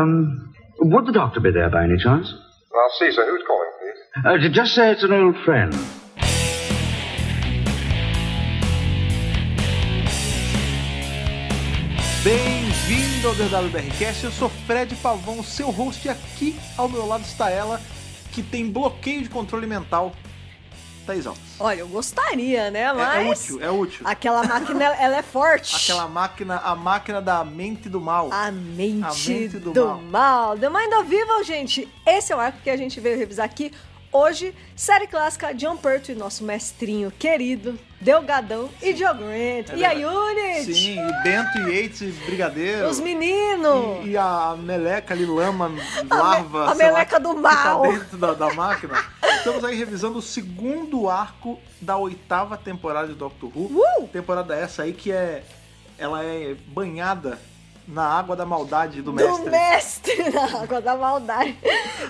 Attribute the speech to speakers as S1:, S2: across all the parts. S1: Um, would the doctor be there by any chance?
S2: I'll see, sir. Who's calling, please?
S1: Uh, j- just say it's an old friend.
S3: Bem-vindo ao DWBRCast, eu sou Fred Pavão, seu host, e aqui ao meu lado está ela, que tem bloqueio de controle mental, Thaís Alves.
S4: Olha, eu gostaria, né?
S3: É- É,
S4: Mas.
S3: útil, é útil.
S4: Aquela máquina, ela é forte.
S3: Aquela máquina, a máquina da mente do mal.
S4: A mente,
S3: A mente do
S4: do,
S3: mal.
S4: mal. The Mind of Evil, gente. Esse é o arco que a gente veio revisar aqui hoje. Série clássica John Pertwee, nosso mestrinho querido, Delgadão e Joe Grant.
S3: É
S4: e a
S3: verdade.
S4: Unit.
S3: Sim, e Bento e Yates e Brigadeiro.
S4: Os meninos.
S3: E, e a meleca ali, lama,
S4: A me-
S3: larva.
S4: a
S3: sei lá,
S4: meleca do
S3: que
S4: mal.
S3: Tá dentro da, da máquina. Estamos aí revisando o segundo arco da oitava temporada de Doctor Who.
S4: Uh!
S3: Temporada essa aí que é. Ela é banhada na água da maldade do,
S4: Do
S3: mestre.
S4: mestre na água da maldade.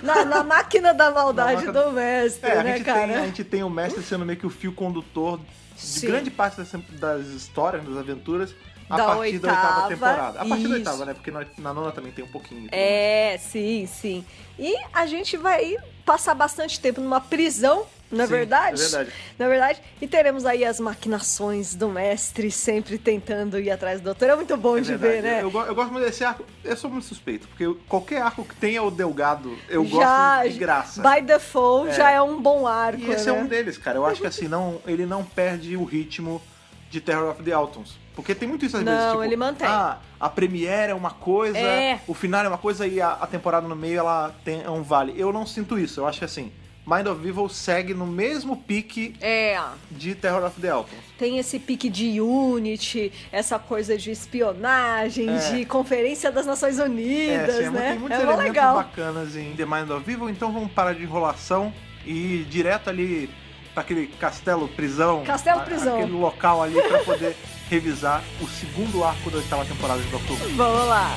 S4: Na, na máquina da maldade
S3: máquina-
S4: do mestre,
S3: É, a
S4: né,
S3: gente,
S4: cara?
S3: tem, a gente tem o mestre sendo meio que o fio condutor de
S4: Sim.
S3: grande parte das, das histórias, das aventuras, a
S4: Da
S3: partir da oitava
S4: oitava,
S3: temporada. A partir da
S4: isso.
S3: oitava, né? Porque na, na nona também tem um pouquinho.
S4: É, sim, sim. E a gente vai passar bastante tempo numa prisão, não é
S3: Sim,
S4: verdade?
S3: é verdade.
S4: Na verdade, e teremos aí as maquinações do mestre sempre tentando ir atrás do doutor. É muito bom
S3: É
S4: de
S3: verdade.
S4: ver, né?
S3: Eu, go- eu gosto muito desse arco. Eu sou muito suspeito, porque eu- qualquer arco que tenha o Delgado, eu gosto de graça.
S4: By default,
S3: É.
S4: já é um bom arco,
S3: E esse é
S4: né?
S3: um deles, cara. Eu acho que assim, não, ele não perde o ritmo de Terror of the Altons. Porque tem muito isso às
S4: Não,
S3: vezes. Tipo,
S4: ele mantém.
S3: Ah, a Premiere é uma coisa,
S4: É.
S3: o final é uma coisa e a, a temporada no meio ela tem é um vale. Eu não sinto isso. Eu acho que assim, Mind of Evil segue no mesmo pique
S4: É,
S3: de Terror of the Altons.
S4: tem esse pique de Unity, essa coisa de espionagem, de Conferência das Nações
S3: É,
S4: Unidas,
S3: assim, é muito-
S4: né?
S3: tem muitos
S4: é mó
S3: elementos
S4: legal.
S3: bacanas em The Mind of Evil, então vamos parar de enrolação e ir direto ali pra aquele castelo prisão.
S4: Castelo
S3: a-
S4: prisão.
S3: Aquele local ali pra poder revisar o segundo arco da oitava temporada de Doctor Who.
S4: Vamos lá.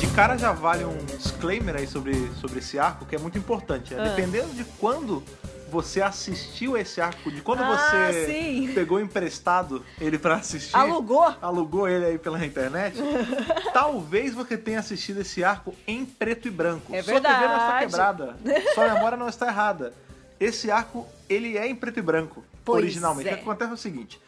S3: De cara já vale um disclaimer aí sobre, sobre esse arco, que é muito importante. né?
S4: Ah.
S3: Dependendo de quando você assistiu esse arco, de quando
S4: Ah,
S3: você
S4: sim.
S3: pegou emprestado ele pra assistir.
S4: Alugou?
S3: alugou ele aí pela internet, talvez você tenha assistido esse arco em preto e branco.
S4: É
S3: Sua TV não está
S4: verdade.
S3: quebrada. Sua memória não está errada. Esse arco, ele é em preto e branco,
S4: Pois
S3: originalmente.
S4: é.
S3: O que acontece é o seguinte.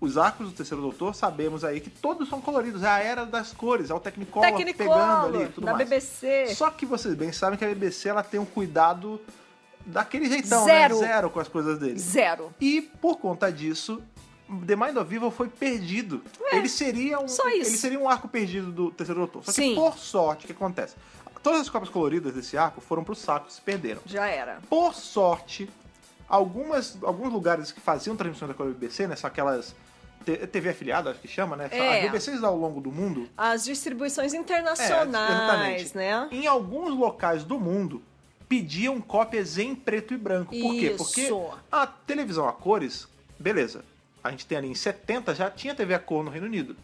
S3: Os arcos do Terceiro Doutor, sabemos aí que todos são coloridos. É a era das cores, é o Technicolor, pegando ali
S4: Technicolor,
S3: e tudo
S4: da
S3: mais.
S4: BBC.
S3: Só que vocês bem sabem que a BBC ela tem um cuidado daquele jeitão,
S4: Zero.
S3: né? Zero com as coisas deles.
S4: Zero.
S3: E por conta disso, The Mind of Evil foi perdido. ele seria um
S4: É, só isso.
S3: ele seria um arco perdido do Terceiro Doutor. Só que
S4: Sim.
S3: por sorte, o que acontece? Todas as cópias coloridas desse arco foram pro saco e se perderam.
S4: Já era.
S3: Por sorte, algumas, alguns lugares que faziam transmissão da cor BBC, né, são aquelas T- TV afiliada, acho que chama, né?
S4: É.
S3: As BBCs ao longo do mundo,
S4: As distribuições
S3: é,
S4: internacionais,
S3: exatamente.
S4: né?
S3: Em alguns locais do mundo pediam cópias em preto e branco. Por quê?
S4: Isso.
S3: Porque a televisão a cores, beleza. A gente tem ali em 70 já tinha TV a cor no Reino Unido.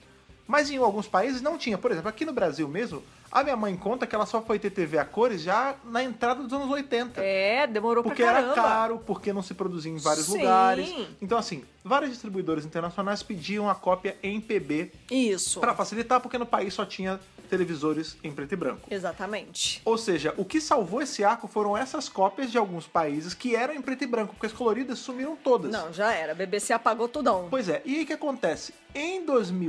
S3: Mas em alguns países não tinha. Por exemplo, aqui no Brasil mesmo, a minha mãe conta que ela só foi ter TV a cores já na entrada dos anos 80.
S4: É, demorou
S3: Porque
S4: pra
S3: era
S4: caramba.
S3: caro, porque não se produzia em vários
S4: Sim.
S3: lugares. Então, assim, vários distribuidores internacionais pediam a cópia em PB
S4: Isso.
S3: para facilitar, porque no país só tinha televisores em preto e branco.
S4: Exatamente.
S3: Ou seja, o que salvou esse arco foram essas cópias de alguns países que eram em preto e branco, porque as coloridas sumiram todas.
S4: Não, já era. A BBC apagou tudão.
S3: Pois é, e aí o que acontece? Em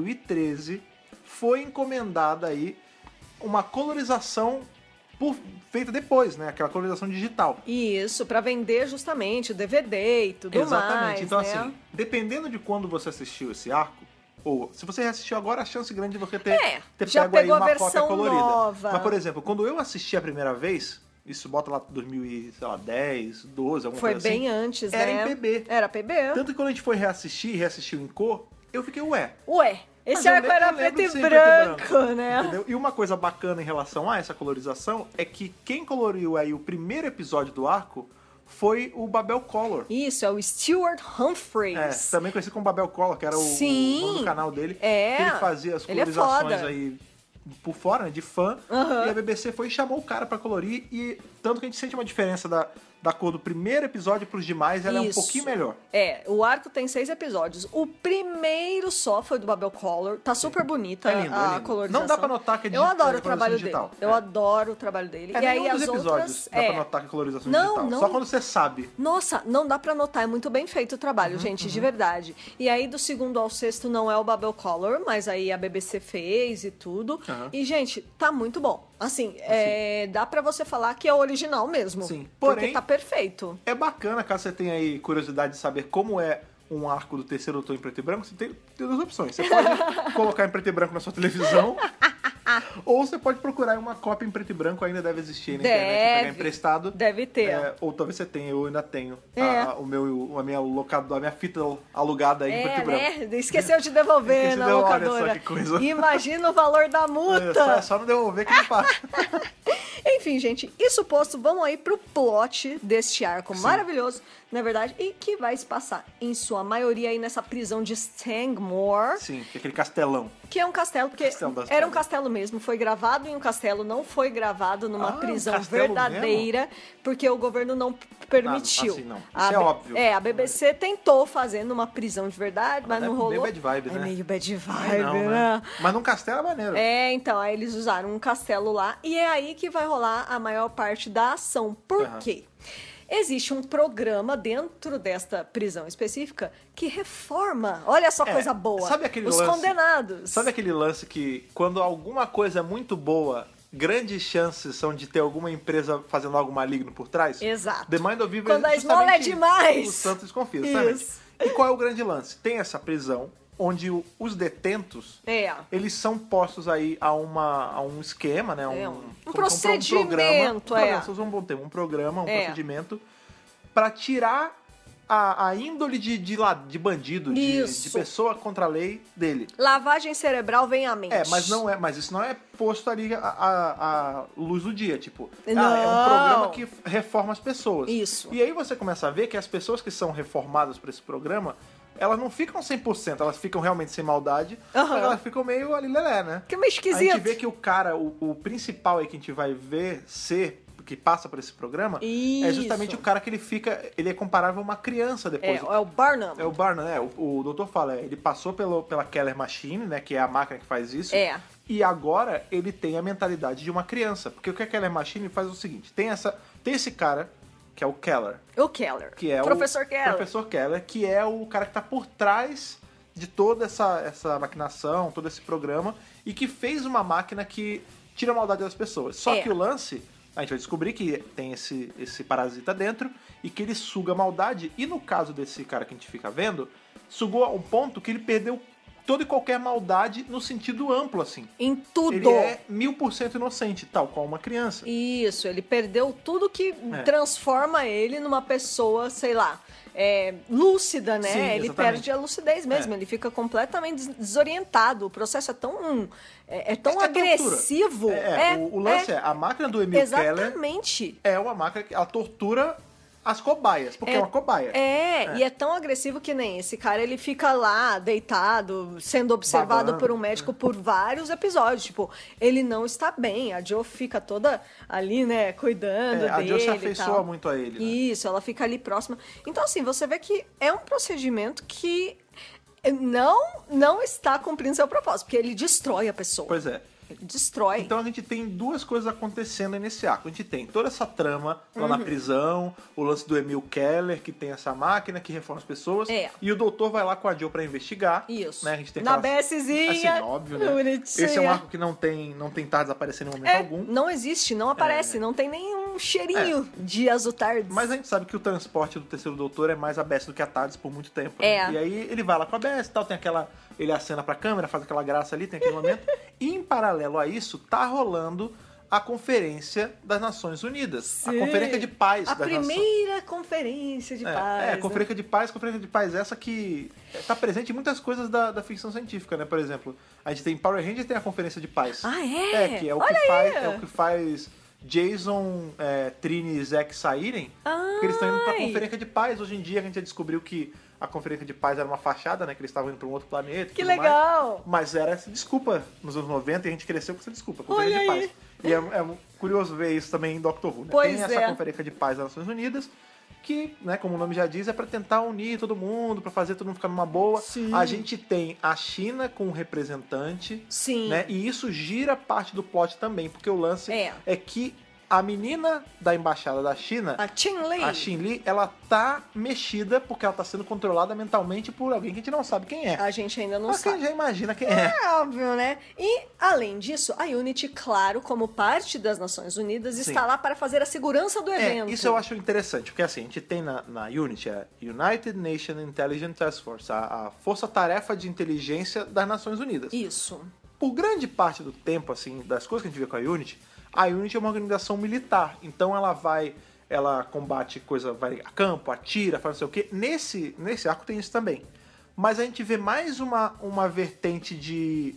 S3: 2013 foi encomendada aí uma colorização por- feita depois, né? Aquela colorização digital.
S4: Isso, pra vender justamente o DVD e tudo mais.
S3: então
S4: né?
S3: assim, dependendo de quando você assistiu esse arco, ou se você assistiu agora, a chance grande de você ter,
S4: É,
S3: ter
S4: já
S3: pego aí
S4: pegou a
S3: uma cópia
S4: versão
S3: colorida.
S4: nova.
S3: Mas, por exemplo, quando eu assisti a primeira vez, isso bota lá 2010, 12, alguma
S4: Foi
S3: coisa assim.
S4: bem antes,
S3: era
S4: né?
S3: em PB.
S4: Era PB.
S3: Tanto que quando a gente foi reassistir, reassistiu em cor, eu fiquei, ué,
S4: Ué,
S3: Mas
S4: esse
S3: eu
S4: arco
S3: le-
S4: era
S3: eu lembro é
S4: preto
S3: de
S4: e
S3: ser em
S4: branco, né?
S3: Entendeu? E uma coisa bacana em relação a essa colorização é que quem coloriu aí o primeiro episódio do arco foi o Babel Color.
S4: Isso, é o Stuart Humphreys.
S3: É, também conhecido como Babel Color, que era o,
S4: Sim.
S3: o nome do canal dele.
S4: É.
S3: Que ele fazia as
S4: Ele é
S3: colorizações
S4: foda.
S3: aí por fora, né, de fã.
S4: Aham.
S3: E a BBC foi e chamou o cara pra colorir e Tanto que a gente sente uma diferença da, da cor do primeiro episódio pros demais, ela é um
S4: Isso.
S3: pouquinho melhor.
S4: É, o arco tem seis episódios. O primeiro só foi do Babel Color. Tá super bonita
S3: É lindo, é
S4: a
S3: lindo.
S4: colorização.
S3: Não dá pra notar que é
S4: Eu
S3: digi-
S4: adoro
S3: é
S4: o trabalho dele.
S3: digital.
S4: Eu
S3: É.
S4: adoro o trabalho dele.
S3: É,
S4: e aí
S3: nenhum
S4: as
S3: dos
S4: outras.
S3: episódios dá
S4: é.
S3: pra notar que é colorização
S4: Não,
S3: digital.
S4: não.
S3: Só quando você sabe.
S4: Nossa, não dá pra notar, é muito bem feito o trabalho,
S3: Uhum,
S4: gente, de verdade. E aí, do segundo ao sexto, não é o Babel Color, mas aí a BBC fez e tudo.
S3: Aham.
S4: E, gente, tá muito bom. Assim, é, dá pra você falar que é o original mesmo.
S3: Sim.
S4: Porque
S3: Porém-
S4: tá perfeito.
S3: É bacana, caso você tenha aí curiosidade de saber como é um arco do terceiro doutor em preto e branco, você tem, tem duas opções. Você pode colocar em preto e branco na sua televisão, ou você pode procurar uma cópia em preto e branco, ainda deve existir aí na internet,
S4: Deve.
S3: pegar emprestado.
S4: Deve ter.
S3: É, ou talvez você tenha, eu ainda tenho.
S4: É.
S3: A, a- o meu, a minha locado, a minha fita alugada aí em preto
S4: É,
S3: e branco.
S4: né? Esqueceu de devolver
S3: Esqueci
S4: na
S3: de- olha só
S4: locadora.
S3: que coisa.
S4: Imagina o valor da
S3: É, só, é
S4: multa.
S3: só não devolver que não paga.
S4: Enfim, gente, isso posto, vamos aí pro plot deste arco maravilhoso, na verdade, e que vai se passar em sua maioria aí nessa prisão de Stangmore,
S3: Sim, que é aquele castelão.
S4: que é um castelo, porque
S3: Castelo das
S4: era um
S3: Pedras.
S4: castelo mesmo, foi gravado em um castelo, não foi gravado numa
S3: Ah, um
S4: prisão
S3: castelo
S4: verdadeira, porque o governo não p- permitiu.
S3: assim não.
S4: A
S3: Isso é
S4: B-
S3: óbvio.
S4: É, a BBC tentou fazer numa prisão de verdade, mas,
S3: é
S4: não
S3: meio
S4: rolou.
S3: bad vibes,
S4: É
S3: né?
S4: meio bad
S3: Ai,
S4: vibe,
S3: não,
S4: né?
S3: né? Mas num castelo é maneiro.
S4: É, então, aí eles usaram um castelo lá e é aí que vai rolar a maior parte da ação. Por
S3: Aham.
S4: quê? Existe um programa dentro desta prisão específica que reforma. Olha só
S3: É,
S4: coisa boa.
S3: sabe aquele
S4: Os
S3: lance-
S4: condenados.
S3: Sabe aquele lance que quando alguma coisa é muito boa, grandes chances são de ter alguma empresa fazendo algo maligno por trás?
S4: Exato.
S3: The Mind of Evil
S4: Quando a
S3: justamente
S4: esmola é demais.
S3: O santo desconfia, exatamente.
S4: Isso.
S3: E qual é o grande lance? Tem essa prisão onde o- os detentos,
S4: É.
S3: eles são postos aí a, uma, a um esquema, né?
S4: É, um- um
S3: como que é
S4: procedimento,
S3: Um programa, um
S4: é.
S3: programa, vocês vão ter um programa, um
S4: É.
S3: procedimento pra tirar... A, a índole de, de, la- de bandido, de,
S4: Isso.
S3: de pessoa contra a lei dele.
S4: Lavagem cerebral vem à mente.
S3: É, mas não é, mas isso não é posto ali a, a- a luz do dia, tipo. ah, é
S4: Não.
S3: um programa que reforma as pessoas.
S4: Isso.
S3: E aí você começa a ver que as pessoas que são reformadas por esse programa, elas não ficam 100%, elas ficam realmente sem maldade,
S4: Aham.
S3: mas elas ficam meio ali lelé, né?
S4: Que meio
S3: a
S4: esquisito.
S3: gente vê que o cara, o, o principal aí que a gente vai ver ser, que passa por esse programa, é
S4: Isso.
S3: justamente o cara que ele fica, ele é comparável a uma criança
S4: É,
S3: depois.
S4: é o Barnum.
S3: É o Barnum, né? O, o doutor fala, é, ele passou pelo, pela Keller Machine, né? Que é a máquina que faz isso.
S4: É.
S3: E agora ele tem a mentalidade de uma criança. Porque o que a Keller Machine faz é o seguinte: tem, essa, tem esse cara, que é o Keller,
S4: O Keller.
S3: que é
S4: Professor
S3: o
S4: Keller.
S3: Professor Keller, que é o cara que tá por trás de toda essa, essa maquinação, todo esse programa, e que fez uma máquina que tira a maldade das pessoas. Só
S4: É.
S3: que o lance, a gente vai descobrir que tem esse, esse parasita dentro e que ele suga a maldade, e no caso desse cara que a gente fica vendo, sugou a um ponto que ele perdeu toda e qualquer maldade no sentido amplo, assim.
S4: Em
S3: Ele
S4: tudo.
S3: é mil por cento inocente, tal qual uma criança.
S4: Isso, ele perdeu tudo que
S3: É.
S4: transforma ele numa pessoa, sei lá, é, lúcida, né?
S3: Sim,
S4: ele
S3: exatamente. É.
S4: perde a lucidez mesmo, ele fica completamente des- desorientado. O processo é tão, é, é tão
S3: É
S4: agressivo.
S3: tortura. É, o, o lance é. a máquina do Emil Keller
S4: Exatamente.
S3: é uma máquina que ela tortura as cobaias, porque é, uma cobaia.
S4: É, e é tão agressivo que nem esse cara, ele fica lá deitado, sendo observado
S3: Babando. é.
S4: por um médico por vários episódios. Tipo, ele não está bem. A Joe fica toda ali, né, cuidando
S3: É, a
S4: dele.
S3: Joe se
S4: e
S3: afeiçoa
S4: tal.
S3: muito a ele, né?
S4: Isso, ela fica ali próxima. Então, assim, você vê que é um procedimento que não, não está cumprindo seu propósito, porque ele destrói a pessoa.
S3: Pois é.
S4: Ele destrói.
S3: Então a gente tem duas coisas acontecendo aí nesse arco. A gente tem toda essa trama lá
S4: Uhum.
S3: na prisão, o lance do Emil Keller, que tem essa máquina que reforma as pessoas.
S4: É.
S3: E o doutor vai lá com a Joe pra investigar.
S4: Isso.
S3: Né? A gente tem
S4: Na
S3: aquelas-
S4: BSzinha,
S3: Assim, óbvio, né?
S4: bonitinha.
S3: Esse é um arco que não tem, não tem tardes aparecendo em momento
S4: É,
S3: algum. É.
S4: não existe, não aparece, não tem nenhum cheirinho de azutardes.
S3: Mas a gente sabe que o transporte do terceiro doutor é mais a Bess do que a Tardes por muito tempo. né?
S4: É.
S3: E aí ele vai lá com a Bess e tal, tem aquela. Ele acena pra câmera, faz aquela graça ali, tem aquele momento. e em paralelo a isso, tá rolando a Conferência das Nações Unidas.
S4: Sim.
S3: A Conferência de Paz
S4: A
S3: das Nações
S4: primeira conferência de
S3: é,
S4: paz.
S3: é,
S4: né?
S3: Conferência de Paz, Conferência de Paz, essa que tá presente em muitas coisas da, da ficção científica, né? Por exemplo, a gente tem Power Rangers tem a Conferência de Paz.
S4: Ah, é?
S3: É, que é o,
S4: Olha aí!
S3: que faz, é o que faz Jason, é, Trini e Zack saírem.
S4: Ah,
S3: Porque eles estão indo pra
S4: Ai!
S3: Conferência de Paz. Hoje em dia a gente já descobriu que a Conferência de Paz era uma fachada, né? Que eles estavam indo pra um outro planeta. e
S4: Que
S3: tudo mais.
S4: legal!
S3: Mas era essa desculpa nos anos 90 e a gente cresceu com essa desculpa. Conferência
S4: Olha
S3: de
S4: aí.
S3: Paz. E é, é curioso ver isso também em Doctor Who. Né?
S4: Pois
S3: Tem
S4: é.
S3: essa Conferência de Paz das Nações Unidas, que, né, como o nome já diz, é para tentar unir todo mundo, para fazer todo mundo ficar numa boa.
S4: Sim.
S3: A gente tem a China com um representante,
S4: Sim.
S3: né? E isso gira parte do plot também, porque o lance
S4: É.
S3: que a menina da embaixada da China,
S4: A Chin Lee.
S3: a Xin Li, ela tá mexida porque ela tá sendo controlada mentalmente por alguém que a gente não sabe quem é.
S4: A gente ainda não
S3: Mas
S4: sabe.
S3: quem já imagina quem é.
S4: É óbvio, né? E, além disso, a Unity, claro, como parte das Nações Unidas,
S3: Sim.
S4: está lá para fazer a segurança do
S3: É,
S4: evento.
S3: isso eu acho interessante, porque assim, a gente tem na, na Unity, a United Nations Intelligence Task Force, a, a força-tarefa de inteligência das Nações Unidas.
S4: Isso.
S3: Por grande parte do tempo, assim, das coisas que a gente vê com a Unity, a Unity é uma organização militar, então ela vai, ela combate coisa, vai a campo, atira, faz não sei o quê. Nesse, nesse arco tem isso também. Mas a gente vê mais uma, uma vertente de...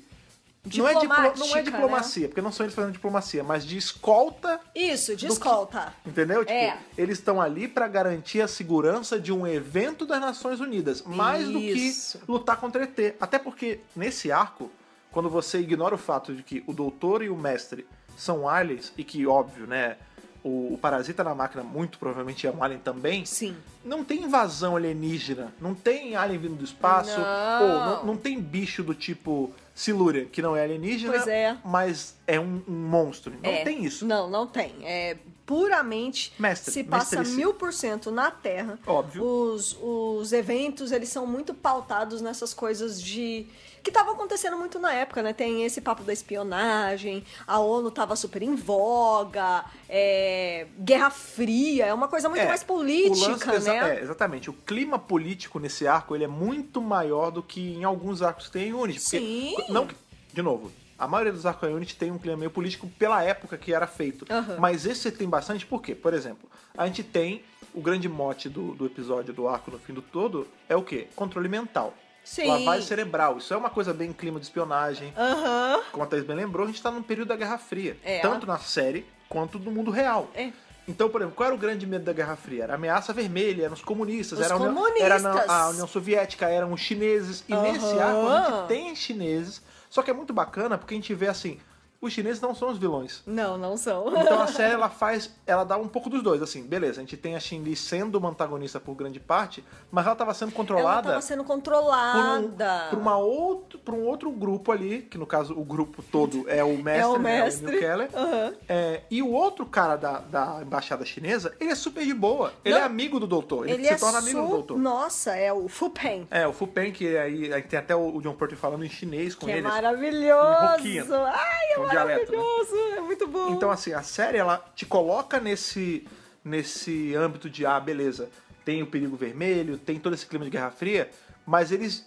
S3: Não é, diplo- não
S4: Diplomática,
S3: é diplomacia, porque não são eles fazendo diplomacia, mas de escolta
S4: Isso, de
S3: do que-
S4: escolta.
S3: Entendeu? Tipo,
S4: É.
S3: eles estão ali pra garantir a segurança de um evento das Nações Unidas, mais do que
S4: Isso.
S3: lutar contra ET. Até porque nesse arco, quando você ignora o fato de que o doutor e o mestre são aliens e que óbvio, né, o, o parasita na máquina muito provavelmente é um alien também.
S4: Sim.
S3: Não tem invasão alienígena, não tem alien vindo do espaço,
S4: Não.
S3: ou não, não tem bicho do tipo Silúria, que não é alienígena,
S4: Pois é.
S3: mas é um, um monstro. Não
S4: É.
S3: tem isso.
S4: Não, não tem. É puramente
S3: Mestre,
S4: se passa
S3: mestrice.
S4: mil por cento na Terra.
S3: Óbvio.
S4: Os, os eventos, eles são muito pautados nessas coisas de... Que estavam acontecendo muito na época, né? Tem esse papo da espionagem, a ONU tava super em voga, é, Guerra Fria, é uma coisa muito
S3: É,
S4: mais
S3: o
S4: política,
S3: lance dessa-
S4: né?
S3: é, exatamente. O clima político nesse arco ele é muito maior do que em alguns arcos que tem em Unity. porque-
S4: Sim.
S3: Não, que- de novo, a maioria dos arcos da Unity tem um clima meio político pela época que era feito.
S4: Aham.
S3: Mas esse tem bastante por quê? Por exemplo, a gente tem o grande mote do, do episódio do arco no fim do todo é o quê? Controle mental.
S4: Sim.
S3: Lavagem cerebral. Isso é uma coisa bem clima de espionagem.
S4: Aham.
S3: Como a Thaís bem lembrou, a gente tá num período da Guerra Fria.
S4: É.
S3: Tanto na série quanto no mundo real.
S4: É.
S3: Então, por exemplo, qual era o grande medo da Guerra Fria? Era a ameaça vermelha, eram os comunistas,
S4: Os
S3: era, a União-
S4: comunistas.
S3: era na- a União Soviética, eram os chineses. E nesse
S4: Aham.
S3: arco a gente tem chineses, só que é muito bacana porque a gente vê assim, os chineses não são os vilões.
S4: Não, não são.
S3: Então a série ela faz, ela dá um pouco dos dois, assim, beleza, a gente tem a Shin-Li sendo uma antagonista por grande parte, mas ela estava sendo
S4: Ela
S3: controlada
S4: tava sendo
S3: por, um,
S4: controlada.
S3: por uma outro, por um outro grupo ali, que no caso o grupo todo é o mestre,
S4: É o
S3: né,
S4: mestre.
S3: Neil Keller.
S4: Aham.
S3: É, e o outro cara da, da embaixada chinesa, ele é super de boa. Ele
S4: Não.
S3: é amigo do doutor. Ele,
S4: Ele
S3: se
S4: é
S3: torna amigo do
S4: su-
S3: doutor.
S4: Nossa, é o Fupen.
S3: É, o Fupen, que aí, aí tem até o o John Porter falando em chinês com
S4: Que é
S3: ele. Um
S4: maravilhoso!
S3: roquinho.
S4: Ai, é
S3: Um dialeto, né?
S4: maravilhoso! É muito bom.
S3: Então, assim, a série, ela te coloca nesse, nesse âmbito de, ah, beleza, tem o perigo vermelho, tem todo esse clima de Guerra Fria, mas eles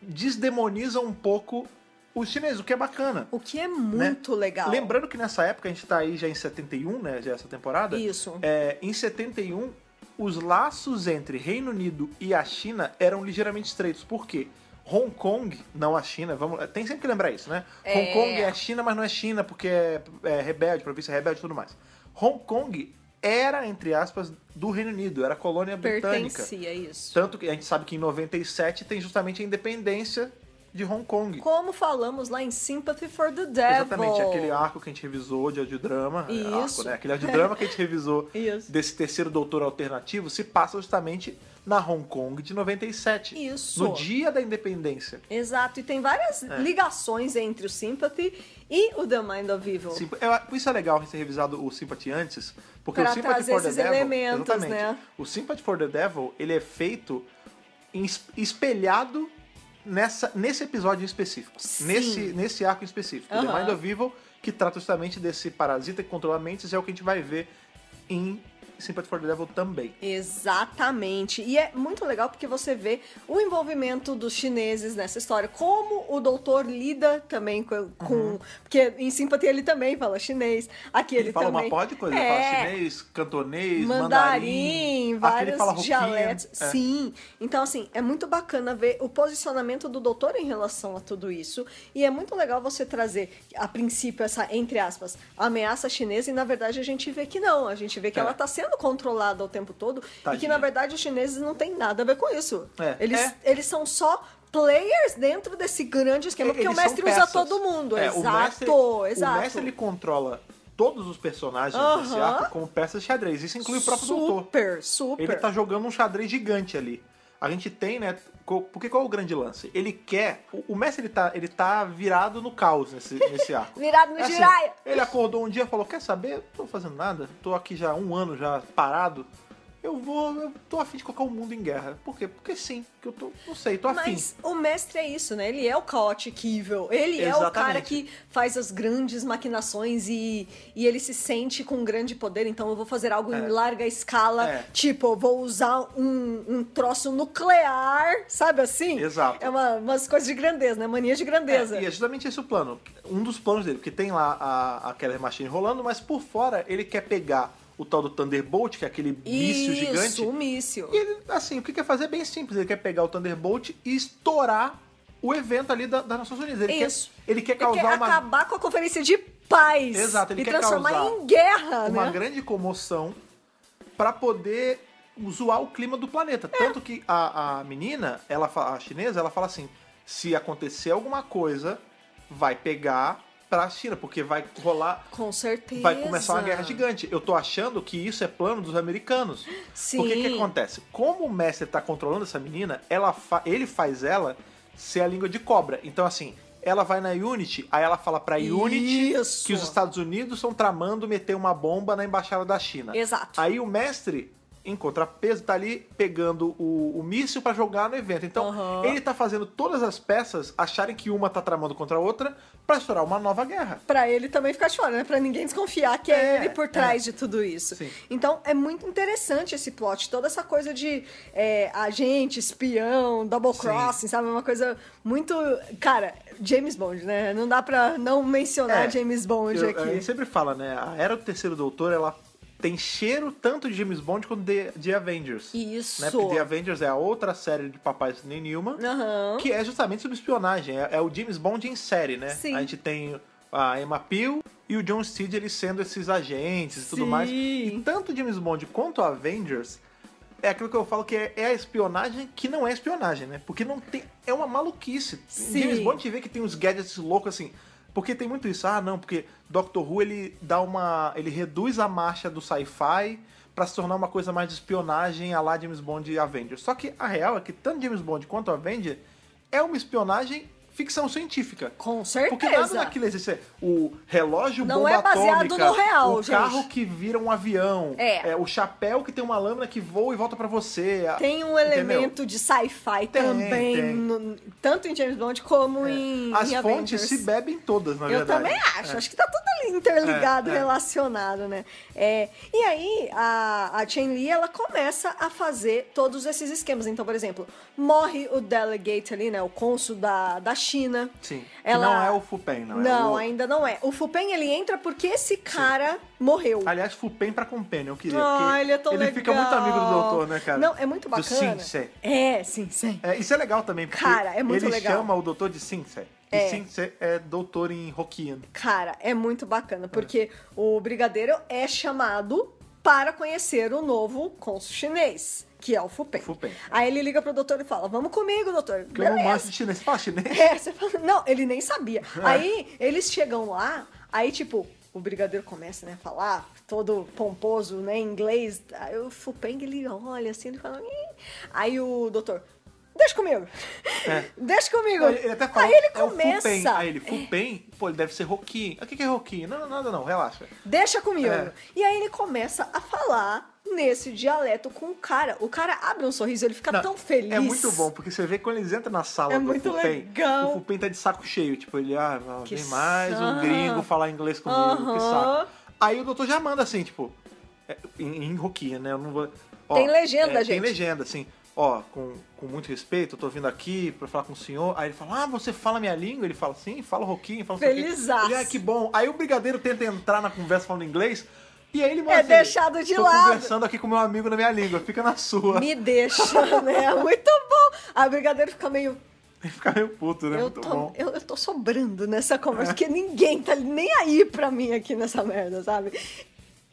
S3: desdemonizam um pouco os chineses, o que é bacana.
S4: o que é
S3: né?
S4: muito legal.
S3: Lembrando que nessa época, a gente tá aí já em 71, né, já essa temporada.
S4: Isso.
S3: É, em 71, os laços entre Reino Unido e a China eram ligeiramente estreitos. Por quê? Hong Kong, não a China, vamos, tem sempre que lembrar isso, né?
S4: É.
S3: Hong Kong é a China, mas não é China porque é, é rebelde, província rebelde e tudo mais. Hong Kong era, entre aspas, do Reino Unido, era colônia britânica.
S4: Pertencia a isso.
S3: Tanto que a gente sabe que em 97 tem justamente a independência de Hong Kong.
S4: Como falamos lá em Sympathy for the Devil.
S3: Exatamente, aquele arco que a gente revisou de audiodrama. é, Arco,
S4: Isso.
S3: né? Aquele audiodrama que a gente revisou
S4: Isso.
S3: desse terceiro doutor alternativo se passa justamente na Hong Kong de 97.
S4: Isso.
S3: No dia da independência.
S4: Exato, e tem várias
S3: É.
S4: ligações entre o Sympathy e o The Mind of Evil.
S3: Sim, eu- por isso é legal ter revisado o Sympathy antes, porque
S4: Pra
S3: o Sympathy
S4: trazer
S3: for the
S4: esses
S3: Devil.
S4: elementos,
S3: exatamente,
S4: né?
S3: O Sympathy for the Devil, ele é feito em- espelhado nessa, nesse episódio em específico.
S4: Sim.
S3: Nesse, nesse arco em específico. O The
S4: Aham.
S3: Mind of Evil, que trata justamente desse parasita que controla mentes, é o que a gente vai ver em Sympathy for the Devil também.
S4: Exatamente. E é muito legal porque você vê o envolvimento dos chineses nessa história, como o doutor lida também co- com. Porque em simpatia ele também fala chinês. Aqui ele,
S3: Ele, fala
S4: também.
S3: uma pó de coisa, ele
S4: É,
S3: fala chinês, cantonês,
S4: Mandarim,
S3: mandarim aquele
S4: vários
S3: fala hokkien,
S4: dialetos.
S3: é.
S4: Sim. Então, assim, é muito bacana ver o posicionamento do doutor em relação a tudo isso. E é muito legal você trazer, a princípio, essa, entre aspas, ameaça chinesa. E na verdade a gente vê que não. A gente vê que
S3: É.
S4: ela está sendo controlada o tempo todo. E que
S3: Tadinha.
S4: na verdade os chineses não têm nada a ver com isso.
S3: É.
S4: Eles,
S3: É.
S4: eles são só players dentro desse grande esquema, porque o
S3: Eles são
S4: mestre usa
S3: peças.
S4: todo mundo.
S3: É,
S4: exato,
S3: o mestre-
S4: exato.
S3: O mestre ele controla todos os personagens
S4: Aham.
S3: desse arco como peças de xadrez. Isso inclui o próprio doutor.
S4: Super, super.
S3: Ele tá jogando um xadrez gigante ali. A gente tem, né? co- Porque qual é o grande lance? Ele quer. O, o mestre ele tá, ele tá virado no caos nesse, nesse arco.
S4: Virado no
S3: É assim,
S4: giraia.
S3: ele acordou um dia e falou: Quer saber? Não tô fazendo nada. Tô aqui já há um ano já parado. Eu vou. Eu tô afim de colocar o mundo em guerra. Por quê? Porque sim. Que eu tô. Não sei, tô afim.
S4: Mas o mestre é isso, né? Ele é o chaotic evil. Ele é o
S3: Exatamente.
S4: cara que faz as grandes maquinações e, e ele se sente com um grande poder. Então eu vou fazer algo em
S3: É.
S4: larga escala.
S3: É.
S4: Tipo, eu vou usar um, um troço nuclear, sabe assim?
S3: Exato.
S4: É uma, umas coisas de grandeza, né? Mania de grandeza.
S3: É, e é justamente esse o plano. Um dos planos dele, porque tem lá a, a Keller Machine rolando, mas por fora ele quer pegar o tal do Thunderbolt, que é aquele míssil
S4: Isso,
S3: gigante.
S4: um míssil.
S3: E ele, assim, o que quer fazer é bem simples. Ele quer pegar o Thunderbolt e estourar o evento ali da, das Nações Unidas. Ele
S4: Isso.
S3: quer, ele quer
S4: Ele
S3: causar
S4: quer
S3: uma,
S4: acabar com a conferência de paz
S3: Exato, ele
S4: e
S3: quer
S4: transformar
S3: causar
S4: em guerra,
S3: uma
S4: né?
S3: grande comoção pra poder zoar o clima do planeta. Tanto que a, a menina, ela, fa- a chinesa, ela fala assim: se acontecer alguma coisa, vai pegar pra China, porque vai rolar.
S4: Com certeza.
S3: Vai começar uma guerra gigante. Eu tô achando que isso é plano dos americanos.
S4: Sim.
S3: Porque o que acontece? Como o mestre tá controlando essa menina, ela fa- ele faz ela ser a língua de cobra. Então, assim, ela vai na Unity, aí ela fala pra Unity
S4: Isso.
S3: que os Estados Unidos estão tramando meter uma bomba na embaixada da China.
S4: Exato.
S3: Aí o mestre, em contrapeso, tá ali pegando o, o míssil pra jogar no evento. Então,
S4: Aham.
S3: ele tá fazendo todas as peças acharem que uma tá tramando contra a outra pra estourar uma nova guerra.
S4: Pra ele também ficar de fora, né? Pra ninguém desconfiar que é,
S3: É,
S4: ele por trás de tudo isso.
S3: Sim.
S4: Então é muito interessante esse plot, toda essa coisa de é, agente, espião, double
S3: Sim.
S4: crossing, sabe? Uma coisa muito. Cara, James Bond, né? Não dá pra não mencionar
S3: É.
S4: James Bond
S3: Eu- A
S4: aqui.
S3: gente sempre fala, né? A Era do Terceiro Doutor, ela tem cheiro tanto de James Bond quanto de, de Avengers.
S4: Isso.
S3: Né? Porque The Avengers é a outra série de papais nem nenhuma,
S4: Aham.
S3: que é justamente sobre espionagem. É, é o James Bond em série, né?
S4: Sim.
S3: A gente tem a Emma Peel e o John Steed eles sendo esses agentes e tudo
S4: Sim.
S3: mais. E tanto o James Bond quanto a Avengers é aquilo que eu falo que é, é a espionagem que não é espionagem, né? Porque não tem. É uma maluquice.
S4: Sim.
S3: James Bond te vê que tem uns gadgets loucos assim. Porque tem muito isso. Ah, não, porque Doctor Who ele dá uma. ele reduz a marcha do sci-fi pra se tornar uma coisa mais de espionagem a lá James Bond e Avengers. Só que a real é que tanto James Bond quanto Avenger é uma espionagem ficção científica.
S4: Com certeza.
S3: Porque nada daquilo existe. É O relógio
S4: Não
S3: bomba
S4: é baseado
S3: atômica,
S4: no real,
S3: o
S4: gente.
S3: carro que vira um avião,
S4: É.
S3: o chapéu que tem uma lâmina que voa e volta pra você. a-
S4: Tem um
S3: entendeu?
S4: elemento de sci-fi
S3: Tem,
S4: também,
S3: tem.
S4: no- tanto em James Bond como
S3: É.
S4: em,
S3: As
S4: em
S3: fontes
S4: Avengers.
S3: se bebem todas, na
S4: Eu
S3: verdade.
S4: também acho, acho que tá tudo ali interligado,
S3: É, é.
S4: relacionado, né? É, e aí, a, a Chen Li, ela começa a fazer todos esses esquemas. Então, por exemplo, morre o delegate ali, né? O cônsul da, da China.
S3: Sim. Que
S4: Ela...
S3: não é o Fupen, não. é
S4: Não,
S3: o-
S4: ainda não é. O Fupen, ele entra porque esse cara morreu.
S3: Aliás, Fupen pra Companion, eu queria.
S4: Ah,
S3: porque
S4: ele é tão legal.
S3: fica muito amigo do doutor, né, cara?
S4: Não, é muito
S3: Do
S4: bacana.
S3: Sinsei.
S4: É, sim, sim.
S3: É, isso é legal também, porque
S4: Cara, é muito
S3: ele
S4: legal.
S3: chama o doutor de Sinsei.
S4: É.
S3: E Sinsei é doutor em Hokkien.
S4: Cara, é muito bacana, porque o brigadeiro é chamado para conhecer o novo cônsul chinês, que é o Fupen.
S3: Fupen.
S4: Aí ele liga pro doutor e fala: Vamos comigo, doutor.
S3: Porque eu não
S4: Beleza.
S3: manjo de É. chinês. Fala chinês?
S4: assim. É, você fala, não, ele nem sabia. Aí eles chegam lá, aí tipo, o brigadeiro começa, né, a falar, todo pomposo, né, em inglês. Aí o Fupeng, ele olha assim, ele fala... "Ih". Aí o doutor, deixa comigo, deixa comigo.
S3: É. Ele, ele até fala,
S4: aí ele
S3: é o
S4: começa,
S3: Fupen. Aí ele, Fupen? Pô, ele deve ser Hokkien. Ah, O que, que é Hokkien? Não, não, nada não, relaxa.
S4: deixa comigo.
S3: É.
S4: E aí ele começa a falar nesse dialeto com o cara. O cara abre um sorriso, ele fica
S3: Não,
S4: tão feliz.
S3: É muito bom, porque você vê quando eles entram na sala
S4: É
S3: do
S4: muito
S3: Fupen,
S4: legal.
S3: o Fupen tá de saco cheio. Tipo, ele, ah,
S4: Que
S3: vem mais
S4: saco.
S3: um gringo falar inglês comigo,
S4: Aham.
S3: que saco. Aí o doutor já manda assim, tipo, é, em, em roquinha, né? Eu não vou... ó,
S4: Tem legenda, gente.
S3: Tem legenda, assim. Ó, com, com muito respeito, eu tô vindo aqui pra falar com o senhor. Aí ele fala, ah, você fala minha língua? Ele fala, sim, fala roquinho, fala... não sei o quê.
S4: Felizaço.
S3: Ele, ah, que bom. Aí o brigadeiro tenta entrar na conversa falando inglês... E aí ele manda
S4: É
S3: assim,
S4: deixado de
S3: tô
S4: lado."
S3: conversando aqui com meu amigo na minha língua, fica na sua.
S4: Me deixa, né? Muito bom. A brigadeiro fica meio...
S3: Ele fica meio puto, né?
S4: Eu
S3: Muito
S4: tô,
S3: bom. É.
S4: eu, eu tô sobrando nessa conversa, porque ninguém tá nem aí pra mim aqui nessa merda, sabe?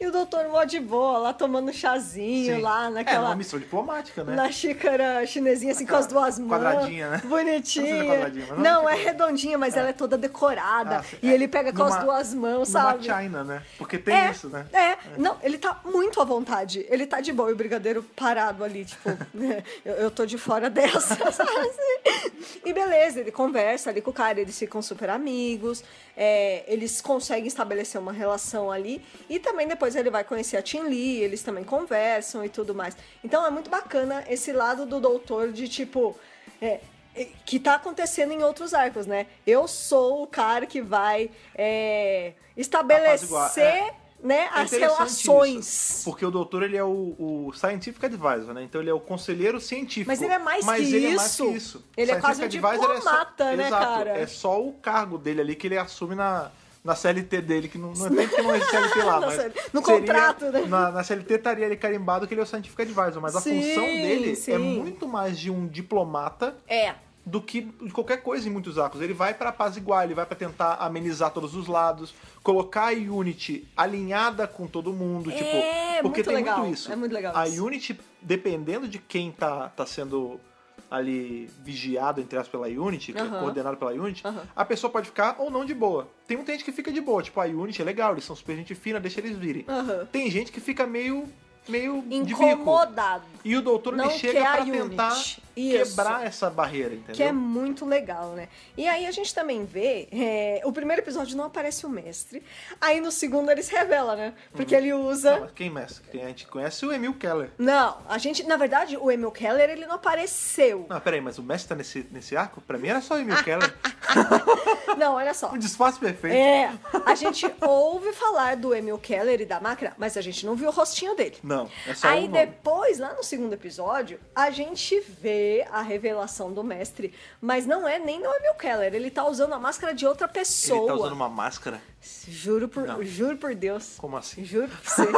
S4: E o doutor mó de boa, lá tomando chazinho,
S3: Sim.
S4: lá
S3: É,
S4: naquela...
S3: uma missão diplomática, né?
S4: Na xícara chinesinha, assim, com as duas mãos.
S3: quadradinha, né? Não
S4: Bonitinha.
S3: sei se é quadradinha, mas não
S4: não,
S3: fica-
S4: é redondinha, mas ela é toda decorada.
S3: Ah,
S4: e
S3: é,
S4: ele pega com as
S3: numa-
S4: duas mãos,
S3: Numa
S4: sabe?
S3: China, né? Porque tem
S4: é,
S3: isso, né?
S4: É. não, ele tá muito à vontade. Ele tá de boa e o brigadeiro parado ali, tipo, né, eu, eu tô de fora dessa. sabe? e beleza, ele conversa ali com o cara, eles ficam super amigos, é, eles conseguem estabelecer uma relação ali. E também depois ele vai conhecer a Tin Lee, eles também conversam e tudo mais. Então é muito bacana esse lado do doutor de tipo. é, é, que tá acontecendo em outros arcos, né? Eu sou o cara que vai é,
S3: Apaziguar,
S4: estabelecer
S3: é.
S4: né,
S3: É
S4: as
S3: interessante
S4: relações.
S3: isso, porque o doutor ele é o, o scientific advisor, né? Então ele é o conselheiro científico.
S4: Mas ele é mais
S3: Mas
S4: que
S3: ele é mais
S4: isso.
S3: que isso.
S4: Ele é quase um
S3: Scientific advisor
S4: diplomata,
S3: é só,
S4: né,
S3: Exato,
S4: cara?
S3: É só o cargo dele ali que ele assume na, na CLT dele, que não, não é nem que não é CLT lá,
S4: Na
S3: mas
S4: CLT, no
S3: seria-
S4: contrato, né?
S3: Na, na CLT estaria ele carimbado que ele é o scientific advisor, mas a
S4: Sim,
S3: função dele é
S4: sim.
S3: muito mais de um diplomata
S4: É.
S3: do que de qualquer coisa em muitos arcos. Ele vai pra apaziguar, ele vai pra tentar amenizar todos os lados, colocar a Unity alinhada com todo mundo,
S4: É,
S3: tipo, porque
S4: muito
S3: tem
S4: legal,
S3: muito isso.
S4: é muito legal
S3: A
S4: isso.
S3: Unity, dependendo de quem tá, tá sendo ali vigiado, entre aspas, pela Unity, que é
S4: Aham.
S3: coordenado pela Unity,
S4: Aham.
S3: a pessoa pode ficar ou não de boa. Tem muita gente que fica de boa, tipo, a Unity é legal, eles são super gente fina, deixa eles virem.
S4: Aham.
S3: Tem gente que fica meio meio de bico.
S4: Incomodado.
S3: E o doutor ele
S4: Não
S3: chega
S4: quer a
S3: pra
S4: Unity.
S3: tentar
S4: Isso.
S3: quebrar essa barreira, entendeu?
S4: Que é muito legal, né? E aí a gente também vê. é, o primeiro episódio não aparece o mestre. Aí no segundo ele se revela, né? Porque
S3: Uhum.
S4: ele usa.
S3: Não, mas quem mestre? Quem a gente conhece é o Emil Keller.
S4: Não, a gente. Na verdade, o Emil Keller ele não apareceu.
S3: Não, peraí, mas o mestre tá nesse, nesse arco? Pra mim era só o Emil Keller.
S4: Não, olha só.
S3: Um disfarce perfeito.
S4: É, a gente ouve falar do Emil Keller e da máquina, mas a gente não viu o rostinho dele.
S3: Não, é só
S4: Aí
S3: o nome.
S4: depois, lá no segundo episódio, a gente vê a revelação do mestre, mas não é nem do Emil Keller, ele tá usando a máscara de outra pessoa.
S3: Ele tá usando uma máscara.
S4: Juro por,
S3: Não.
S4: juro por Deus.
S3: Como assim?
S4: Juro por você.